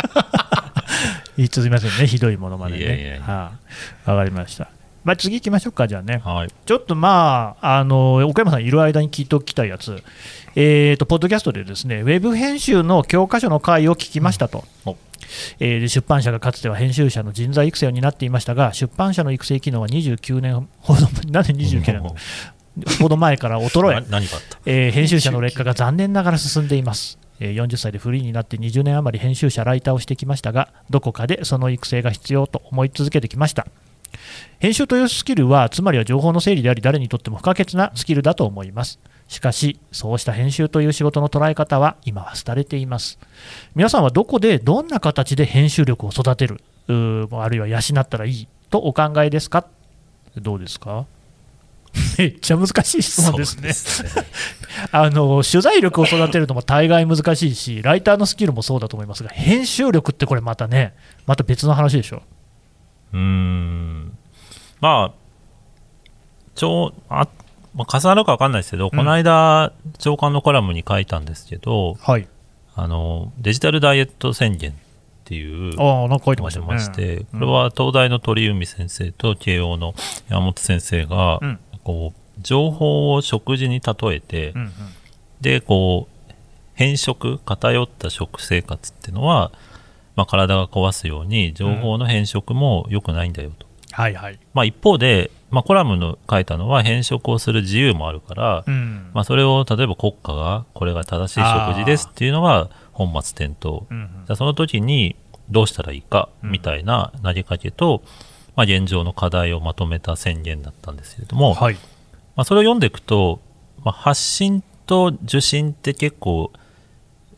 Speaker 2: いつすみませんね、ひどいものまでね、
Speaker 3: いやいやいや
Speaker 2: はいわかりました、まあ、次行きましょうか、じゃあね。
Speaker 3: はい。
Speaker 2: ちょっとまあ、あの岡山さんいる間に聞いておきたいやつ、えー、とポッドキャストでですねウェブ編集の教科書の回を聞きましたと、えー出版社がかつては編集者の人材育成を担っていましたが、出版社の育成機能は29年ほど、なんで29年
Speaker 3: もう
Speaker 2: ほど前から衰
Speaker 3: な
Speaker 2: え、
Speaker 3: 何があった
Speaker 2: えー編集者の劣化が残念ながら進んでいます、えー40歳でフリーになって20年余り編集者ライターをしてきましたがどこかでその育成が必要と思い続けてきました編集というスキルはつまりは情報の整理であり誰にとっても不可欠なスキルだと思いますしかしそうした編集という仕事の捉え方は今は廃れています皆さんはどこでどんな形で編集力を育てるうーあるいは養ったらいいとお考えですかどうですか めっちゃ難しい質問ですね
Speaker 3: そうですね
Speaker 2: あの取材力を育てるのも大概難しいし、ライターのスキルもそうだと思いますが、編集力ってこれまたね、また別の話でしょ。
Speaker 3: うーん。まあ、長、あ、まあ、重なるかわかんないですけど、この間、長官のコラムに書いたんですけど、
Speaker 2: はい。
Speaker 3: あの、デジタルダイエット宣言っっていう
Speaker 2: ああ、なんか書いてましたよね。
Speaker 3: まして、
Speaker 2: うん
Speaker 3: これは東大の鳥海先生と慶応の山本先生が、
Speaker 2: うん
Speaker 3: こう情報を食事に例えて、
Speaker 2: うんうん
Speaker 3: でこう偏食偏った食生活っていうのは、まあ、体が壊すように情報の偏食も良くないんだよと、
Speaker 2: はいはい。
Speaker 3: まあ、一方で、まあ、コラムの書いたのは偏食をする自由もあるから、
Speaker 2: うん。
Speaker 3: まあ、それを例えば国家がこれが正しい食事ですっていうのが本末転倒
Speaker 2: うん
Speaker 3: じゃあその時にどうしたらいいかみたいな投げかけと、まあ、現状の課題をまとめた宣言だったんですけれど
Speaker 2: う
Speaker 3: も、
Speaker 2: ん。はい。
Speaker 3: まあ、それを読んでいくと、まあ、発信と受信って結構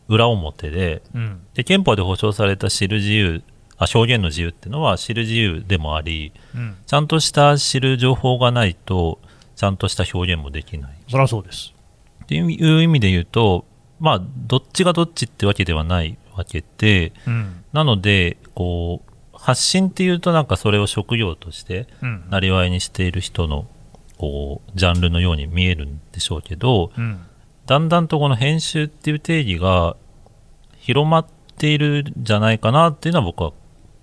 Speaker 3: 裏表で
Speaker 2: うん。
Speaker 3: で憲法で保障された知る自由あ表現の自由っていうのは知る自由でもあり
Speaker 2: うん。
Speaker 3: ちゃんとした知る情報がないとちゃんとした表現もできない
Speaker 2: そりゃそうです。
Speaker 3: っていう意味で言うとまあどっちがどっちってわけではないわけで
Speaker 2: うん。
Speaker 3: なので、こう、発信っていうとなんかそれを職業として、
Speaker 2: うん。
Speaker 3: なりわいにしている人の、こう、ジャンルのように見えるんでしょうけど、
Speaker 2: うん。
Speaker 3: だんだんとこの編集っていう定義が広まっているんじゃないかなっていうのは僕は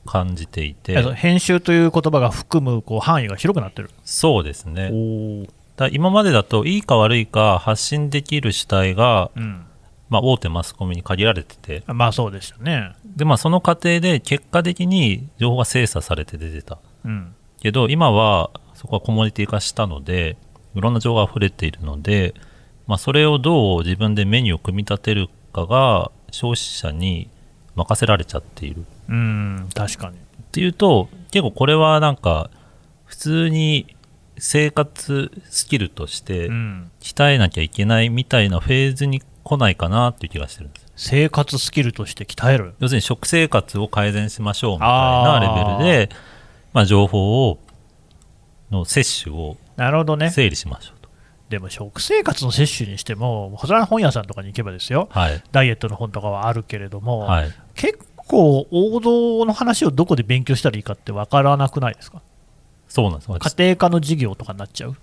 Speaker 3: 感じていて
Speaker 2: え、っと編集という言葉が含むこう範囲が広くなってる。
Speaker 3: そうですね。
Speaker 2: おお。
Speaker 3: だから今までだと、いいか悪いか発信できる主体が、
Speaker 2: うん。
Speaker 3: まあ大手マスコミに限られてて、
Speaker 2: まあそうでしたね。
Speaker 3: で、まあその過程で結果的に情報が精査されて出てた。
Speaker 2: うん。
Speaker 3: けど今はそこはコモディティ化したのでいろんな情報が溢れているので、まあ、それをどう自分でメニューを組み立てるかが消費者に任せられちゃっているっ
Speaker 2: うん。確かに。
Speaker 3: ていうと結構これはなんか普通に生活スキルとして
Speaker 2: うん。
Speaker 3: 鍛えなきゃいけないみたいなフェーズに来ないかなっていう気がしてるんです
Speaker 2: 生活スキルとして鍛える。
Speaker 3: 要するに食生活を改善しましょうみたいなレベルでまあ、情報をの摂取を
Speaker 2: なるほどね。
Speaker 3: 整理しましょうと。
Speaker 2: でも食生活の摂取にしても、それは本屋さんとかに行けばですよ。
Speaker 3: はい
Speaker 2: ダイエットの本とかはあるけれども、
Speaker 3: はい、
Speaker 2: 結構王道の話をどこで勉強したらいいかってわからなくないですか
Speaker 3: そうなんですよ
Speaker 2: 家庭科の授業とかになっちゃう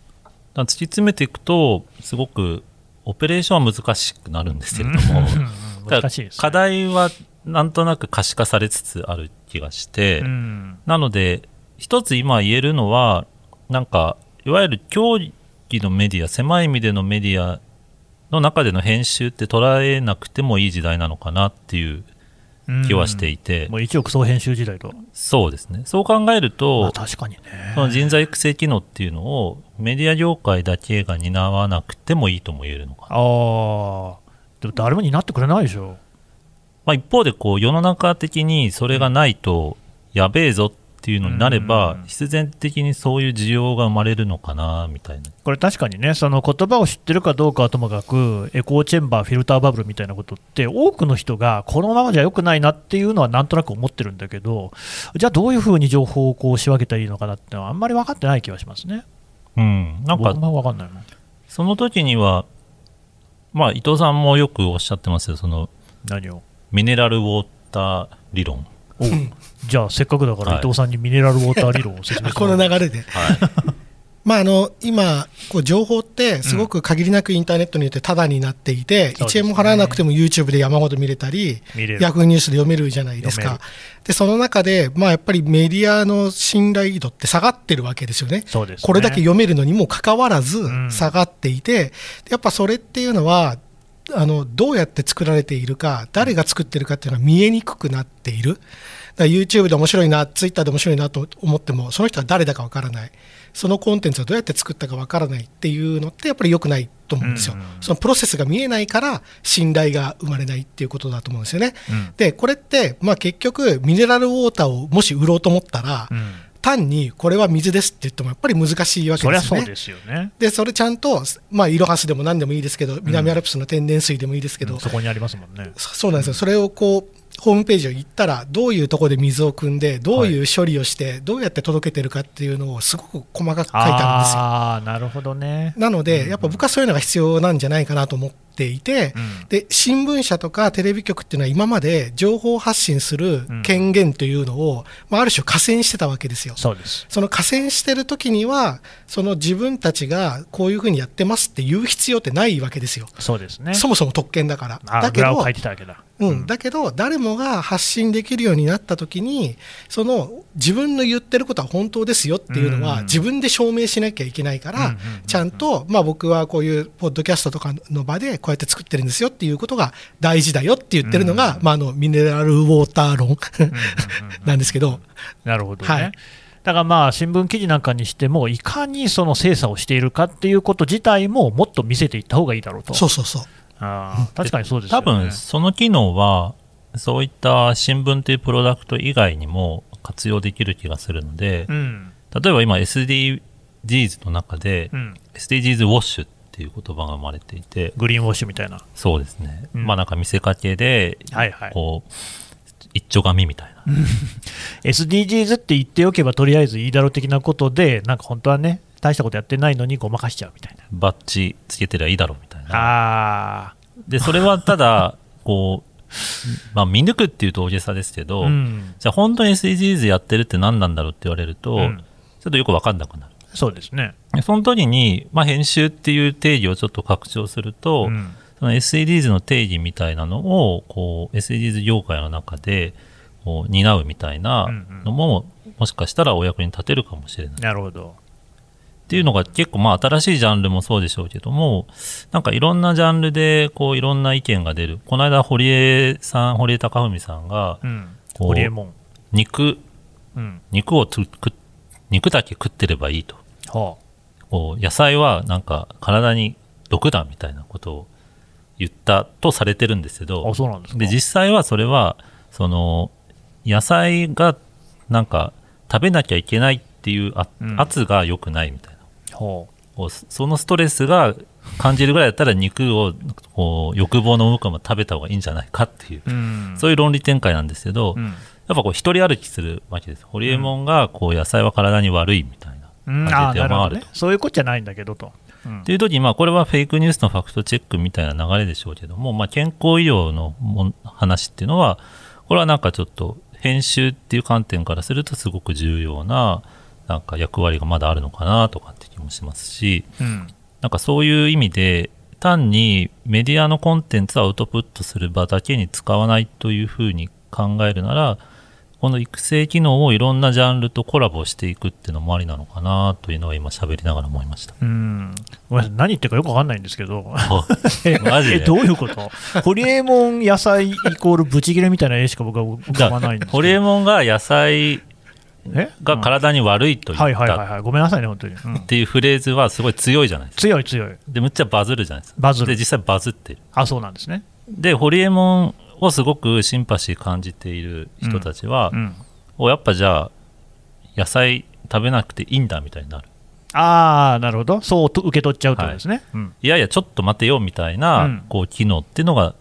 Speaker 3: 突き詰めていくとすごくオペレーションは難しくなるんですけれども
Speaker 2: うん難しいです、ね、
Speaker 3: ただ課題はなんとなく可視化されつつある気がして、
Speaker 2: うん
Speaker 3: なので一つ今言えるのはなんかいわゆる競技のメディア狭い意味でのメディアの中での編集って捉えなくてもいい時代なのかなっていう気はしていて、
Speaker 2: もう一億総編集時代と、
Speaker 3: そうですねそう考えると、
Speaker 2: まあ、確かにね
Speaker 3: その人材育成機能っていうのをメディア業界だけが担わなくてもいいとも言えるのかな。
Speaker 2: ああでも誰も担ってくれないでしょ
Speaker 3: まあ、一方でこう世の中的にそれがないとやべえぞっていうのになれば
Speaker 2: うん
Speaker 3: 必然的にそういう需要が生まれるのかなみたいな。
Speaker 2: これ確かにねその言葉を知ってるかどうかはともかくエコーチェンバーフィルターバブルみたいなことって多くの人がこのままじゃ良くないなっていうのはなんとなく思ってるんだけどじゃあどういうふうに情報をこう仕分けたらいいのかなってのはあんまり分かってない気がしますね
Speaker 3: うん、なん
Speaker 2: 僕
Speaker 3: か
Speaker 2: も分かんないもん
Speaker 3: その時には、まあ、伊藤さんもよくおっしゃってますよその
Speaker 2: 何を
Speaker 3: ミネラルウォーター理論。
Speaker 2: おうじゃあせっかくだから伊藤さんにミネラルウォーター理論を説明して
Speaker 4: こ
Speaker 2: もら
Speaker 4: の
Speaker 2: う
Speaker 4: 流れで。 まあ、あの今こう情報ってすごく限りなくインターネットによってタダになっていて、
Speaker 2: そうです
Speaker 4: 1
Speaker 2: ね
Speaker 4: 円も払わなくても YouTube で山ほど見れたり
Speaker 2: 見れる
Speaker 4: ヤフーニュースで読めるじゃないです
Speaker 2: 読
Speaker 4: かでその中で、まあ、やっぱりメディアの信頼度って下がってるわけですよね
Speaker 2: そうですね
Speaker 4: これだけ読めるのにもかかわらず
Speaker 2: ん
Speaker 4: 下がっていて、やっぱそれっていうのはあのどうやって作られているか誰が作ってるかっていうのは見えにくくなっているだから YouTube で面白いな Twitter で面白いなと思ってもその人は誰だかわからないそのコンテンツをどうやって作ったかわからないっていうのってやっぱり良くないと思うんですよ、
Speaker 2: うんうん
Speaker 4: そのプロセスが見えないから信頼が生まれないっていうことだと思うんですよね、
Speaker 2: うん
Speaker 4: でこれって、まあ、結局ミネラルウォーターをもし売ろうと思ったら、
Speaker 2: うん
Speaker 4: 単にこれは水ですって言ってもやっぱり難しいわけ
Speaker 2: そり
Speaker 4: で
Speaker 2: ゃ
Speaker 4: す
Speaker 2: そう
Speaker 4: よね
Speaker 2: で。すよね
Speaker 4: でそれちゃんと、まあ、イロハスでも何でもいいですけど、南アルプスの天然水でもいいですけど、
Speaker 2: そこにありますもんね
Speaker 4: そそうなんですよ、それをこうホームページを行ったら、どういうところで水を汲んで、どういう処理をして、どうやって届けてるかっていうのをすごく細かく書いてあるんですよ。
Speaker 2: ああーなるほどね
Speaker 4: なので、やっぱ僕はそういうのが必要なんじゃないかなと思っていて、
Speaker 2: うん
Speaker 4: で新聞社とかテレビ局っていうのは、今まで情報発信する権限というのを、まあ、ある種、加戦してたわけですよ。
Speaker 2: そうです
Speaker 4: その加戦してる時には、その自分たちがこういうふうにやってますって言う必要ってないわけですよ。
Speaker 2: そうですね
Speaker 4: そもそも特権だから。
Speaker 2: あ
Speaker 4: だけ
Speaker 2: 裏
Speaker 4: ど
Speaker 2: を書い、てたわけだ
Speaker 4: うん、だけど誰もが発信できるようになった時にその自分の言ってることは本当ですよっていうの
Speaker 2: うん
Speaker 4: は自分で証明しなきゃいけないから、
Speaker 2: うんうんうん
Speaker 4: ちゃんと、まあ、僕はこういうポッドキャストとかの場でこうやって作ってるんですよっていうことが大事だよって言ってるのが、まあ、あのミネラルウォーター論なんですけど、
Speaker 2: なるほどね。
Speaker 4: はい
Speaker 2: だからまあ新聞記事なんかにしても、いかにその精査をしているかっていうこと自体も、もっと見せていった方がいいだろうと、
Speaker 4: そうそうそう
Speaker 2: あー確かにそうですよ
Speaker 3: 多
Speaker 2: ね。
Speaker 3: 分その機能はそういった新聞というプロダクト以外にも活用できる気がするので、
Speaker 2: うん
Speaker 3: 例えば今 SDGs の中で、
Speaker 2: うん、
Speaker 3: SDGs ウォッシュっていう言葉が生まれていて
Speaker 2: グリーンウォッシュみたいな、
Speaker 3: そうですね、
Speaker 2: うん
Speaker 3: まあなんか見せかけで、
Speaker 2: はいはい
Speaker 3: こう一丁紙みたいな、
Speaker 2: SDGs って言っておけばとりあえずいいだろう的なことで、なんか本当はね、大したことやってないのにごまかしちゃうみたいな。
Speaker 3: バッジつけてりゃいいだろうみたいな
Speaker 2: あ
Speaker 3: でそれは ただこう、まあ、見抜くっていうと大げさですけ
Speaker 2: あ、
Speaker 3: ど、
Speaker 2: うん、
Speaker 3: じゃあ本当に SDGs やってるって何なんだろうって言われると、
Speaker 2: うん
Speaker 3: ちょっとよく分かんなくなる
Speaker 2: そうですね。
Speaker 3: でその時に、まあ、編集っていう定義をちょっと拡張すると、
Speaker 2: うん
Speaker 3: その SDGs の定義みたいなのをこう SDGs 業界の中でこう担うみたいなのも、もしかしたらお役に立てるかもしれない
Speaker 2: なるほど。
Speaker 3: っていうのが結構まあ新しいジャンルもそうでしょうけどもなんかいろんなジャンルでこういろんな意見が出るこの間堀江さん堀江貴文さんが
Speaker 2: うん、
Speaker 3: こう
Speaker 2: ホリエモン。
Speaker 3: 肉
Speaker 2: うん、
Speaker 3: 肉をつく肉だけ食ってればいいと
Speaker 2: は
Speaker 3: こう野菜はなんか体に毒だみたいなことを言ったとされてるんですけど
Speaker 2: あ、あ、そうなんですか。
Speaker 3: で実際はそれはその野菜がなんか食べなきゃいけないっていうあ
Speaker 2: うん
Speaker 3: 圧が良くないみたいな、
Speaker 2: は
Speaker 3: こうそそのストレスが感じるぐらいだったら肉をこう欲望の向こうまで食べた方がいいんじゃないかっていう、
Speaker 2: あ、うん、
Speaker 3: そういう論理展開なんですけど、
Speaker 2: う
Speaker 3: やっ
Speaker 2: ん
Speaker 3: ぱこう一人歩きするわけですホリエモンがこう野菜は体に悪いみたいな
Speaker 2: うん、あ
Speaker 3: 感
Speaker 2: あ
Speaker 3: じで
Speaker 2: な
Speaker 3: 出
Speaker 2: るほ
Speaker 3: 回る
Speaker 2: ど
Speaker 3: と
Speaker 2: ね。そういうことじゃないんだけどと。うん
Speaker 3: っていう時に、まあ、これはフェイクニュースのファクトチェックみたいな流れでしょうけども、まあ、健康医療のもん話っていうのは、これはなんかちょっと、編集っていう観点からすると、すごく重要な、なんか役割がまだあるのかなとかって気もしますし、
Speaker 2: うん
Speaker 3: なんかそういう意味で、単にメディアのコンテンツをアウトプットする場だけに使わないというふうに考えるなら、この育成機能をいろんなジャンルとコラボしていくっていうのもありなのかなというのは今喋りながら思いました。
Speaker 2: うん、ごめんなさい何言ってるかよくわかんないんですけど、
Speaker 3: マジで
Speaker 2: えどういうことホリエモン野菜イコールブチギレみたいな絵しか僕は浮かばないんですけど
Speaker 3: ホリエモンが野菜
Speaker 2: え
Speaker 3: が体に悪いと
Speaker 2: うん
Speaker 3: 言
Speaker 2: はい
Speaker 3: っ
Speaker 2: はいはい
Speaker 3: た
Speaker 2: はい、ごめんなさいね、本当に。うん
Speaker 3: っていうフレーズはすごい強いじゃないですか。
Speaker 2: 強い強い。
Speaker 3: で、むっちゃバズるじゃないですか。
Speaker 2: バズる
Speaker 3: で、実際バズってる。
Speaker 2: あ、そうなんですね。
Speaker 3: で、ホリエモンをすごくシンパシー感じている人たちは
Speaker 2: う、ん、
Speaker 3: おやっぱじゃあ、野菜食べなくていいんだみたいになる。
Speaker 2: ああ、なるほど。そうと受け取っちゃうってことですね。うん、
Speaker 3: いやいや、ちょっと待てよみたいうなんこう、機能っていうのが、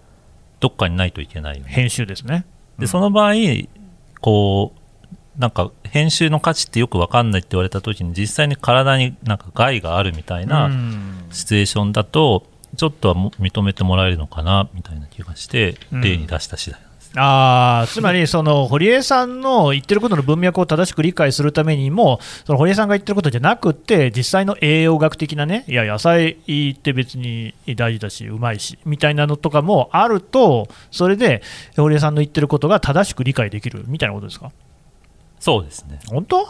Speaker 3: どっかにないといけないよね。
Speaker 2: 編集ですね。
Speaker 3: で、その場合、こう、なんか編集の価値ってよくわかんないって言われた時に実際に体になんか害があるみたいな
Speaker 2: うん
Speaker 3: シチュエーションだとちょっとはも認めてもらえるのかなみたいな気がして
Speaker 2: うん
Speaker 3: 例に出した次第なんです、
Speaker 2: ああつまり、その堀江さんの言ってることの文脈を正しく理解するためにも、その堀江さんが言ってることじゃなくて、実際の栄養学的なね、いや、野菜って別に大事だし、うまいしみたいなのとかもあると、それで堀江さんの言ってることが正しく理解できるみたいなことですか
Speaker 3: そうですね
Speaker 2: 本当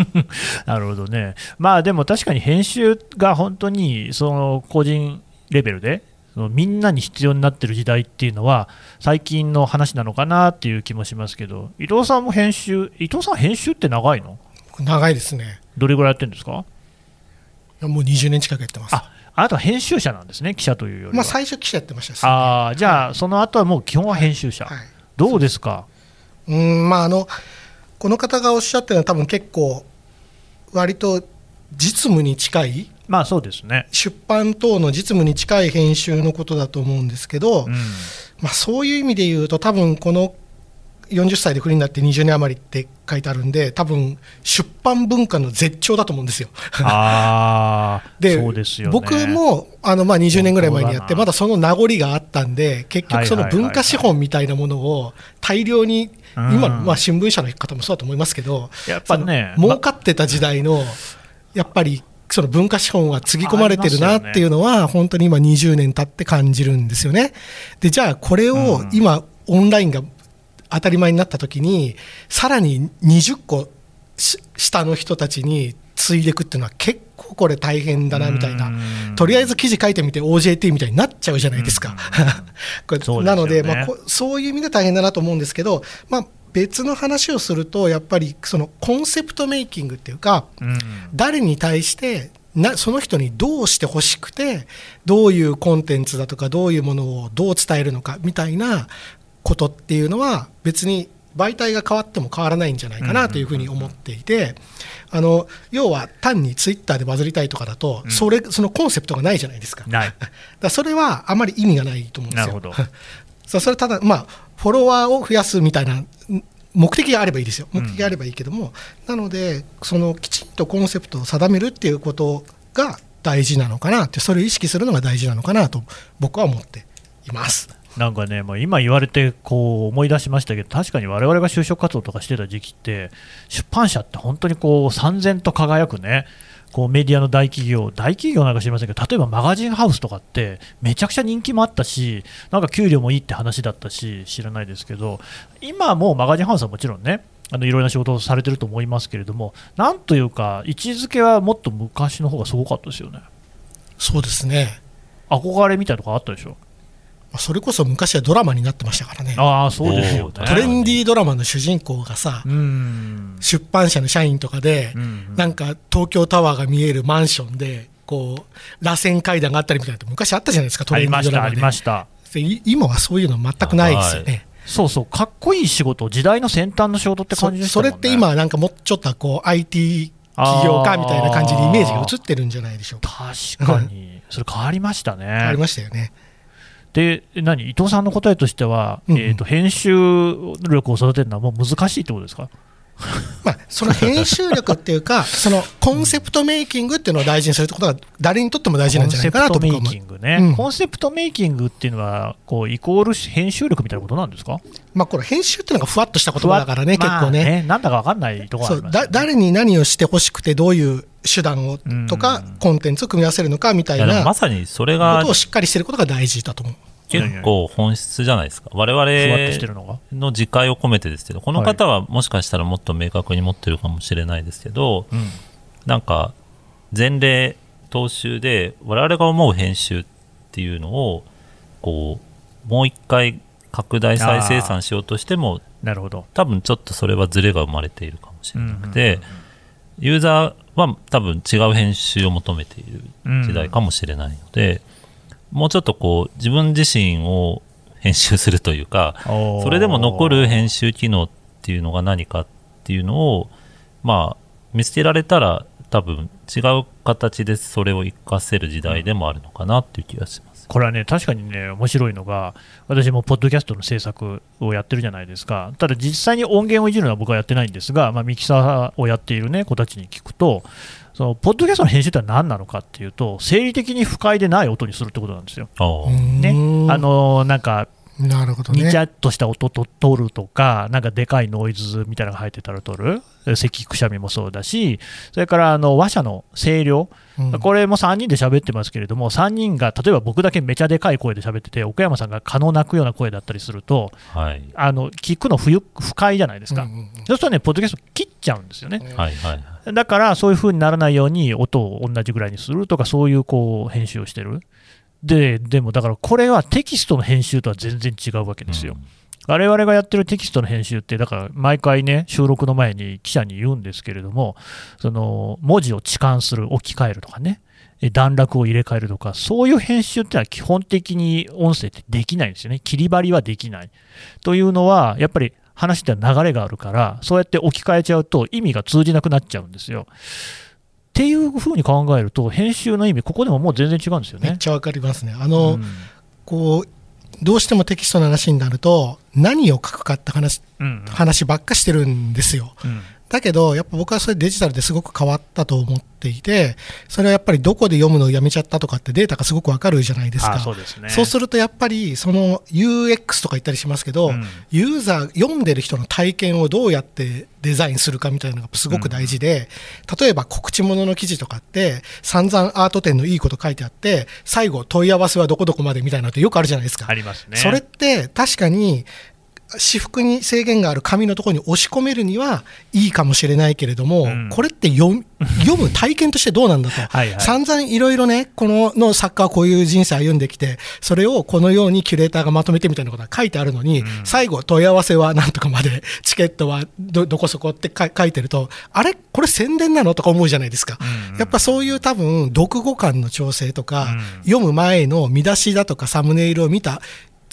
Speaker 2: なるほどね、まあでも確かに編集が本当にその個人レベルで、そのみんなに必要になってる時代っていうのは、最近の話なのかなっていう気もしますけど、伊藤さんも編集、伊藤さん、編集って長いの
Speaker 4: 僕長いですね
Speaker 2: どれぐらいやってるんですか
Speaker 4: いやもう20年近くやってます
Speaker 2: ああなたは編集者なんですね、記者というよりは。
Speaker 4: まあ、最初記者やってましたし、
Speaker 2: あーじゃあ、その後はもう基本は編集者、
Speaker 4: はい
Speaker 2: どうですか、
Speaker 4: うーんまああのこの方がおっしゃってるのは多分結構割と実務に近い
Speaker 2: まあそうですね、
Speaker 4: 出版等の実務に近い編集のことだと思うんですけど、
Speaker 2: うん、
Speaker 4: まあ、そういう意味で言うと多分この40歳でクリーンになって20年余りって書いてあるんで多分出版文化の絶頂だと思うんですよ。
Speaker 2: ああ、
Speaker 4: で
Speaker 2: そうですよね。
Speaker 4: 僕もあの、まあ、20年ぐらい前にや
Speaker 2: 本当
Speaker 4: っ
Speaker 2: だ
Speaker 4: て
Speaker 2: な
Speaker 4: まだその名残があったんで結局その
Speaker 2: はいはいはいはい
Speaker 4: 文化資本みたいなものを大量に
Speaker 2: うん
Speaker 4: 今の、まあ、新聞社の方もそうだと思いますけど
Speaker 2: やっぱね
Speaker 4: その儲かってた時代のやっぱりその文化資本はつぎ込まれてるなっていうのは、本当に今20年経って感じるんですよね。でじゃあこれを今オンラインが当たり前になった時にさらに20個し下の人たちに継いでいくっていうのは結構これ大変だなみたいなとりあえず記事書いてみて OJT みたいになっちゃうじゃないですか これ
Speaker 2: そうですよね
Speaker 4: なので、まあ、こそういう意味で大変だなと思うんですけど、まあ、別の話をするとやっぱりそのコンセプトメイキングっていうか、
Speaker 2: うん
Speaker 4: 誰に対してなその人にどうしてほしくてどういうコンテンツだとかどういうものをどう伝えるのかみたいなことっていうのは別に媒体が変わっても変わらないんじゃないかなというふうに思っていてあの要は単にツイッターでバズりたいとかだと
Speaker 2: うん
Speaker 4: それそのコンセプトがないじ ゃないですかだか
Speaker 2: ない。
Speaker 4: らそれはあまり意味がないと思うんで
Speaker 2: な
Speaker 4: す
Speaker 2: る
Speaker 4: よ
Speaker 2: ほ。ど。
Speaker 4: そうそれただ、まあ、フォロワーを増やすみたいなん目的があればいいですよ、
Speaker 2: うん
Speaker 4: 目的があればいいけども、なので、そのきちんとコンセプトを定めるっていうことが大事なのかなって、それを意識するのが大事なのかなと、僕は思っています。
Speaker 2: なんかね、もう今言われてこう思い出しましたけど、確かに我々が就職活動とかしてた時期って、出版社って本当にこう、燦然と輝くね、こうメディアの大企業、大企業なんか知りませんけど、例えばマガジンハウスとかって、めちゃくちゃ人気もあったし、なんか給料もいいって話だったし、知らないですけど、今はもうマガジンハウスはもちろんね、あのいろいろな仕事をされてると思いますけれども、なんというか、位置づけはもっと昔の方がすごかったですよね。
Speaker 4: そうですね、
Speaker 2: 憧れみたいなとこあったでしょ。
Speaker 4: まあそれこそ昔はドラマになってましたからね、
Speaker 2: ああ、そうですよね。
Speaker 3: おー
Speaker 4: トレンディードラマの主人公がさ、
Speaker 2: うん
Speaker 4: 出版社の社員とかで、なんか東京タワーが見えるマンションで、こう螺旋階段があったりみたいなのって昔あったじゃないですか、ト
Speaker 2: あ
Speaker 4: レ
Speaker 2: り
Speaker 4: ンデ
Speaker 2: ま
Speaker 4: ィード
Speaker 2: した、あ
Speaker 4: ラマ
Speaker 2: り
Speaker 4: で
Speaker 2: ま。した。
Speaker 4: でい今はそういうの全くないですよね。
Speaker 2: そうそう、かっこいい仕事、時代の先端の仕事って感じでし
Speaker 4: そ
Speaker 2: た
Speaker 4: そ
Speaker 2: もん、
Speaker 4: れ
Speaker 2: ね、
Speaker 4: って、今なんかもうちょっとこう IT 企業家みたいな感じでイメージが移ってるんじゃないでしょうか。
Speaker 2: 確かに、それ変わりましたね。
Speaker 4: ありましたよね。
Speaker 2: で、何、伊藤さんの答えとしては、
Speaker 4: うんうん
Speaker 2: えーと、編集力を育てるのはもう難しいってことですか、
Speaker 4: まあその編集力っていうかそのコンセプトメイキングっていうのを大事にするってことが誰にとっても大事
Speaker 2: コ
Speaker 4: なん
Speaker 2: ン
Speaker 4: じゃな
Speaker 2: セ
Speaker 4: い
Speaker 2: プ
Speaker 4: かな
Speaker 2: ト
Speaker 4: と
Speaker 2: メ
Speaker 4: 僕は
Speaker 2: イ
Speaker 4: 思う
Speaker 2: キングね、
Speaker 4: うん
Speaker 2: コンセプトメイキングっていうのは、こうイコール編集力みたいなことなんですか
Speaker 4: まあこれ編集っていうのがふわっとした言葉だからね
Speaker 2: ふわ
Speaker 4: 結構ね。
Speaker 2: まあなんだか分かんないところ
Speaker 4: そ
Speaker 2: あり
Speaker 4: う
Speaker 2: ますよ
Speaker 4: だ
Speaker 2: ね
Speaker 4: 誰に何をしてほしくてどういう手段をとか
Speaker 2: うん
Speaker 4: コンテンツを組み合わせるのかみた
Speaker 3: い
Speaker 4: い
Speaker 3: やで
Speaker 4: な
Speaker 3: もま
Speaker 4: こ
Speaker 3: さにそれが
Speaker 4: とをしっかりしてることが大事だと思う。
Speaker 3: 結構本質じゃないですか。我
Speaker 2: ふわっとして
Speaker 3: 々
Speaker 2: るのが。
Speaker 3: の自戒を込めてですけど、この方はもしかしたらもっと明確に持ってるかもしれないですけど、
Speaker 2: うん
Speaker 3: なんか前例踏襲で我々が思う編集っていうのをこうもう一回拡大再生産しようとしても
Speaker 2: なるほど。
Speaker 3: 多分ちょっとそれはズレが生まれているかもしれなく
Speaker 2: うんうん
Speaker 3: て、ユーザーは多分違う編集を求めている時代かもしれないので、もうちょっとこう自分自身を編集するというか、そ
Speaker 2: そ
Speaker 3: れでも残る編集機能っていうのが何かっていうのを、まあ、見捨てられたら多分違う形でそれを活かせる時代でもあるのかなっていう気がします。
Speaker 2: これはね、確かにね、面白いのが、私もポッドキャストの制作をやってるじゃないですか、ただ実際に音源をいじるのは僕はやってないんですが、まあ、ミキサーをやっている、ね、子たちに聞くと、そのポッドキャストの編集とは何なのかっていうと、生理的に不快でない音にするってことなんですよ。
Speaker 3: ああ
Speaker 2: ね、
Speaker 4: うん
Speaker 2: あのなんか
Speaker 4: なるほどね。
Speaker 2: にちゃっとした音と取るとか、なんかでかいノイズみたいなのが入ってたら取る、え咳くしゃみもそうだし、それからあの話者の声量、
Speaker 4: うん
Speaker 2: これも3人で喋ってますけれども、3人が例えば僕だけめちゃでかい声で喋ってて、奥山さんが蚊の鳴くような声だったりすると、
Speaker 3: はい。
Speaker 2: あの聞くの不ゆ不快じゃないですか、
Speaker 4: うんうんうん
Speaker 2: そうするとね、ポッドキャスト切っちゃうんですよね。
Speaker 3: はいはい。
Speaker 2: だからそういう風にならないように音を同じぐらいにするとか、そういうこう編集をしてる。で、でもだからこれはテキストの編集とは全然違うわけですよ。我々がやってるテキストの編集って、だから毎回ね、収録の前に記者に言うんですけれども、その文字を置換する、置き換えるとかね、え段落を入れ替えるとか、そういう編集ってのは基本的に音声ってできないんですよね、切り張りはできない。というのは、やっぱり話って流れがあるから、そうやって置き換えちゃうと意味が通じなくなっちゃうんですよ。っていうふうに考えると、編集の意味、ここでももう全然違うんですよ
Speaker 4: めっ
Speaker 2: ね。
Speaker 4: ちゃわかりますね。あの、
Speaker 2: うん
Speaker 4: こうどうしてもテキストの話になると何を書くかって話
Speaker 2: うん
Speaker 4: 話ばっかしてるんですよ。
Speaker 2: うん
Speaker 4: だけどやっぱ僕はそれデジタルですごく変わったと思っていてそれはやっぱりどこで読むのをやめちゃったとかってデータがすごくわかるじゃないですか。
Speaker 2: あそうですね。
Speaker 4: そうするとやっぱりその UX とか言ったりしますけど、
Speaker 2: うん
Speaker 4: ユーザー読んでる人の体験をどうやってデザインするかみたいなのがすごく大事で、例えば告知物の記事とかって散々アート展のいいこと書いてあって最後問い合わせはどこどこまでみたいなのってよくあるじゃないですか
Speaker 2: あ。りますね。
Speaker 4: それって確かに私服に制限がある紙のところに押し込めるにはいいかもしれないけれども、
Speaker 2: うん
Speaker 4: これって読む読む体験としてどうなんだと、
Speaker 2: はいはい
Speaker 4: 散々いろいろね、このの作家はこういう人生歩んできて、それをこのようにキュレーターがまとめてみたいなことが書いてあるのに、最後、問い合わせはなんとかまで、チケットはどどこそこってか書いてると、あれ、これ宣伝なのとか思うじゃないですか。やっぱそういう多分、読語感の調整とか、
Speaker 2: うん
Speaker 4: 読む前の見出しだとかサムネイルを見た、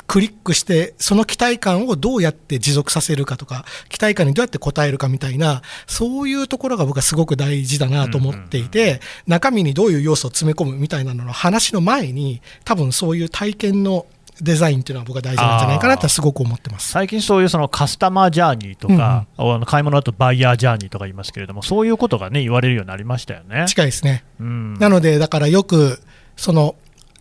Speaker 4: クリックして、その期待感をどうやって持続させるかとか、期待感にどうやって応えるかみたいな、そういうところが僕はすごく大事だなと思っていて、中身にどういう要素を詰め込むみたいなのの話の前に、多分そういう体験のデザインっていうのは僕は大事なんじゃないかなってすごく思ってます。
Speaker 2: 最近そういうそのカスタマージャーニーとか、あの買い物だとバイヤージャーニーとか言いますけれども、そういうことがね、言われるようになりましたよね。
Speaker 4: 近いですね。
Speaker 2: うん
Speaker 4: なので、だからよく、その、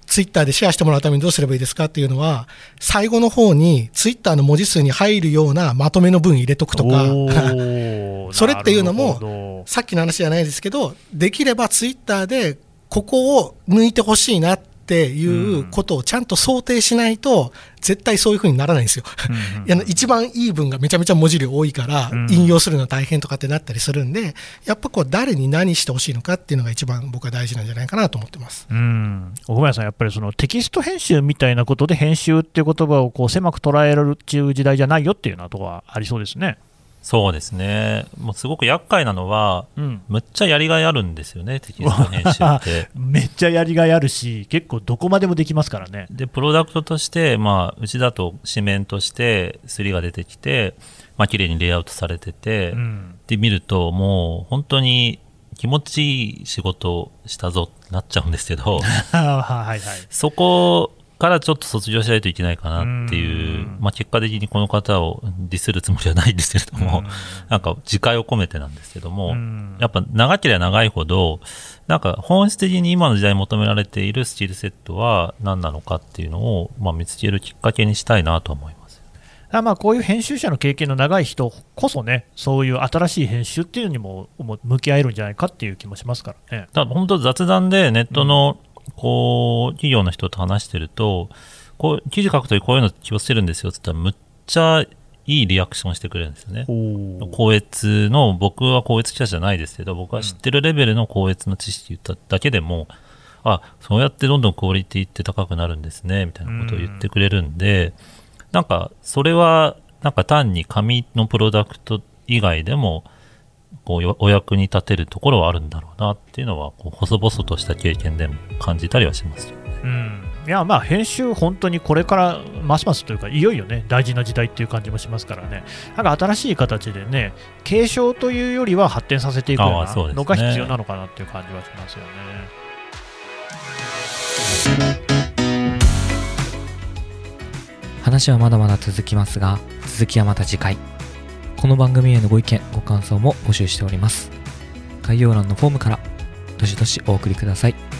Speaker 4: ツイッターでシェアしてもらうためにどうすればいいですかっていうのは、最後の方にツイッターの文字数に入るようなまとめの文入れとくとか、
Speaker 2: おー
Speaker 4: それっていうの
Speaker 2: な
Speaker 4: も
Speaker 2: るほ
Speaker 4: さっきの話じゃないですけど、できればツイッターで、ここを抜いてほしいなっていうことをちゃんと想定しないと、絶対そういうふうにならないんですよ。
Speaker 2: どうん
Speaker 4: いや一番いい文がめちゃめちゃ文字量多いから
Speaker 2: うん、
Speaker 4: 引用するの大変とかってなったりするんで、やっぱこう、誰に何してほしいのかっていうのが一番僕は大事なんじゃないかなと思ってます。
Speaker 2: うん、奥村さん、やっぱりそのテキスト編集みたいなことで、編集っていう言葉をこう狭く捉えられるっていう時代じゃないよっていうようなとこはありそうですね。
Speaker 3: そうですね。もうすごく厄介なのは、
Speaker 2: うん、
Speaker 3: むっちゃやりがいあるんですよね、テキスト編集 って。
Speaker 2: めっちゃやりがいあるし、結構どこまでもできますからね。
Speaker 3: で、プロダクトとして、まあ、うちだと紙面として、すりが出てきて、まあ、綺麗にレイアウトされてて、
Speaker 2: うん、
Speaker 3: で見ると、もう本当に気持ちいい仕事をしたぞってなっちゃうんですけど、
Speaker 2: はいはい。
Speaker 3: そこからちょっと卒業しないといけないかなっていう、
Speaker 2: うん
Speaker 3: まあ、結果的にこの方をディスるつもりはないんですけれども、なんか自戒を込めてなんですけども、
Speaker 2: ん
Speaker 3: やっぱ長ければ長いほど、なんか本質的に今の時代に求められているスキルセットは何なのかっていうのを、まあ、見つけるきっかけにしたいなと思います。
Speaker 2: あまあこういう編集者の経験の長い人こそね、そういう新しい編集っていうのにももう向き合えるんじゃないかっていう気もしますからね。
Speaker 3: ただ本当雑談でネットの、こう、企業の人と話してると、こう、記事書くときこういうの気をつけるんですよって言ったら、むっちゃいいリアクションしてくれるんですよね。高越の、僕は高越記者じゃないですけど、僕は知ってるレベルの高越の知識言っただけでも、あ、そうやってどんどんクオリティって高くなるんですね、みたいなことを言ってくれるんで、なんか、それは、なんか単に紙のプロダクト以外でも、こうお役に立てるところはあるんだろうなっていうのはこう細々とした経験でも感じたりはしますよ
Speaker 2: うん、いやまあ編集、本当にこれからますますというか、いよいよね大事な時代っていう感じもしますからね、なんか新しい形でね、継承というよりは発展させていくよう
Speaker 3: ああそう
Speaker 2: な
Speaker 3: ですね
Speaker 2: のが必要なのかなっていう感じはしますよね。
Speaker 1: 話はまだまだ続きますが続きはまた次回この番組へのご意見ご感想も募集しております概要欄のフォームからどしどしお送りください